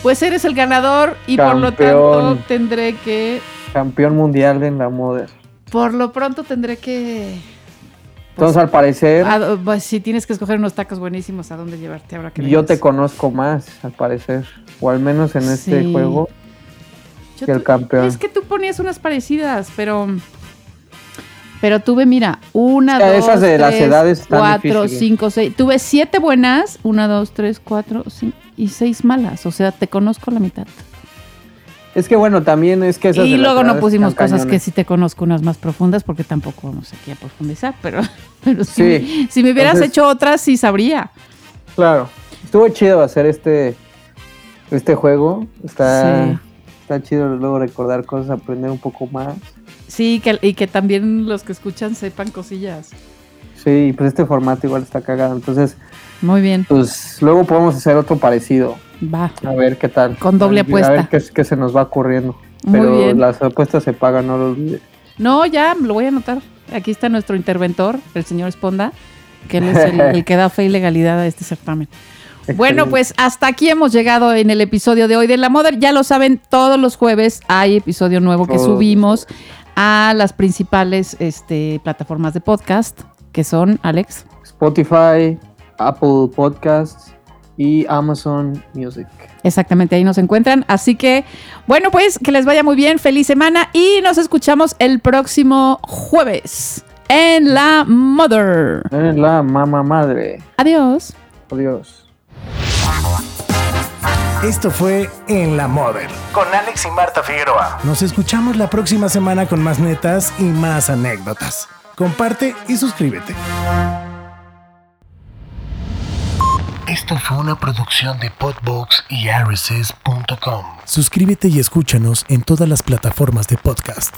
Speaker 6: Pues eres el ganador y por lo tanto
Speaker 7: Campeón.
Speaker 6: tendré que.
Speaker 7: Campeón mundial en la moda.
Speaker 6: Por lo pronto tendré que.
Speaker 7: Entonces, al parecer,
Speaker 6: Ah, pues, si tienes que escoger unos tacos buenísimos, ¿a dónde llevarte? Habrá que ver
Speaker 7: yo
Speaker 6: eso.
Speaker 7: te conozco más, al parecer. O al menos en este
Speaker 6: Sí.
Speaker 7: juego.
Speaker 6: Yo
Speaker 7: que el
Speaker 6: tu-
Speaker 7: campeón.
Speaker 6: Es que tú ponías unas parecidas, pero. Pero tuve, mira, una,
Speaker 7: O sea,
Speaker 6: dos,
Speaker 7: esas de las
Speaker 6: tres,
Speaker 7: edades están
Speaker 6: cuatro,
Speaker 7: difíciles.
Speaker 6: cinco, seis. Tuve siete buenas, una, dos, tres, cuatro, cinco y seis malas. O sea, te conozco la mitad.
Speaker 7: Es que bueno, también es que esas
Speaker 6: Y
Speaker 7: de las
Speaker 6: luego no
Speaker 7: edades
Speaker 6: pusimos
Speaker 7: están
Speaker 6: cosas que
Speaker 7: cañones.
Speaker 6: sí te conozco, unas más profundas, porque tampoco vamos aquí a profundizar, pero, pero si,
Speaker 7: Sí.
Speaker 6: me- si me hubieras
Speaker 7: Entonces-
Speaker 6: hecho otras, sí sabría.
Speaker 7: Claro. Estuvo chido hacer este, este juego. Está,
Speaker 6: Sí.
Speaker 7: está chido luego recordar cosas, aprender un poco más.
Speaker 6: Sí, que, y que también los que escuchan sepan cosillas.
Speaker 7: Sí, pues este formato igual está cagado. Entonces,
Speaker 6: Muy bien,
Speaker 7: pues luego podemos hacer otro parecido.
Speaker 6: va.
Speaker 7: A ver qué tal.
Speaker 6: Con doble
Speaker 7: A ver- A ver
Speaker 6: apuesta.
Speaker 7: qué, qué se nos va ocurriendo.
Speaker 6: Muy
Speaker 7: Pero
Speaker 6: bien.
Speaker 7: las apuestas se pagan, no lo olvides.
Speaker 6: No, ya, lo voy a anotar. Aquí está nuestro interventor, el señor Esponda, que él es el, el que da fe y legalidad a este certamen. Bueno,
Speaker 7: Excelente.
Speaker 6: pues hasta aquí hemos llegado en el episodio de hoy de La Moda. Ya lo saben, todos los jueves hay episodio nuevo que
Speaker 7: Todos los
Speaker 6: subimos a las principales este, plataformas de podcast, que son, Alex,
Speaker 7: Spotify, Apple Podcasts y Amazon Music.
Speaker 6: exactamente ahí nos encuentran. Así que, bueno, pues que les vaya muy bien, feliz semana y nos escuchamos el próximo jueves en La Mother.
Speaker 7: Eres la mamá madre.
Speaker 6: Adiós.
Speaker 7: Adiós.
Speaker 3: Esto fue En la Moder.
Speaker 1: Con Alex y Marta Figueroa.
Speaker 3: Nos escuchamos la próxima semana con más netas y más anécdotas. Comparte y suscríbete.
Speaker 1: Esto fue una producción de Podbox y RSS.com.
Speaker 3: Suscríbete y escúchanos en todas las plataformas de podcast.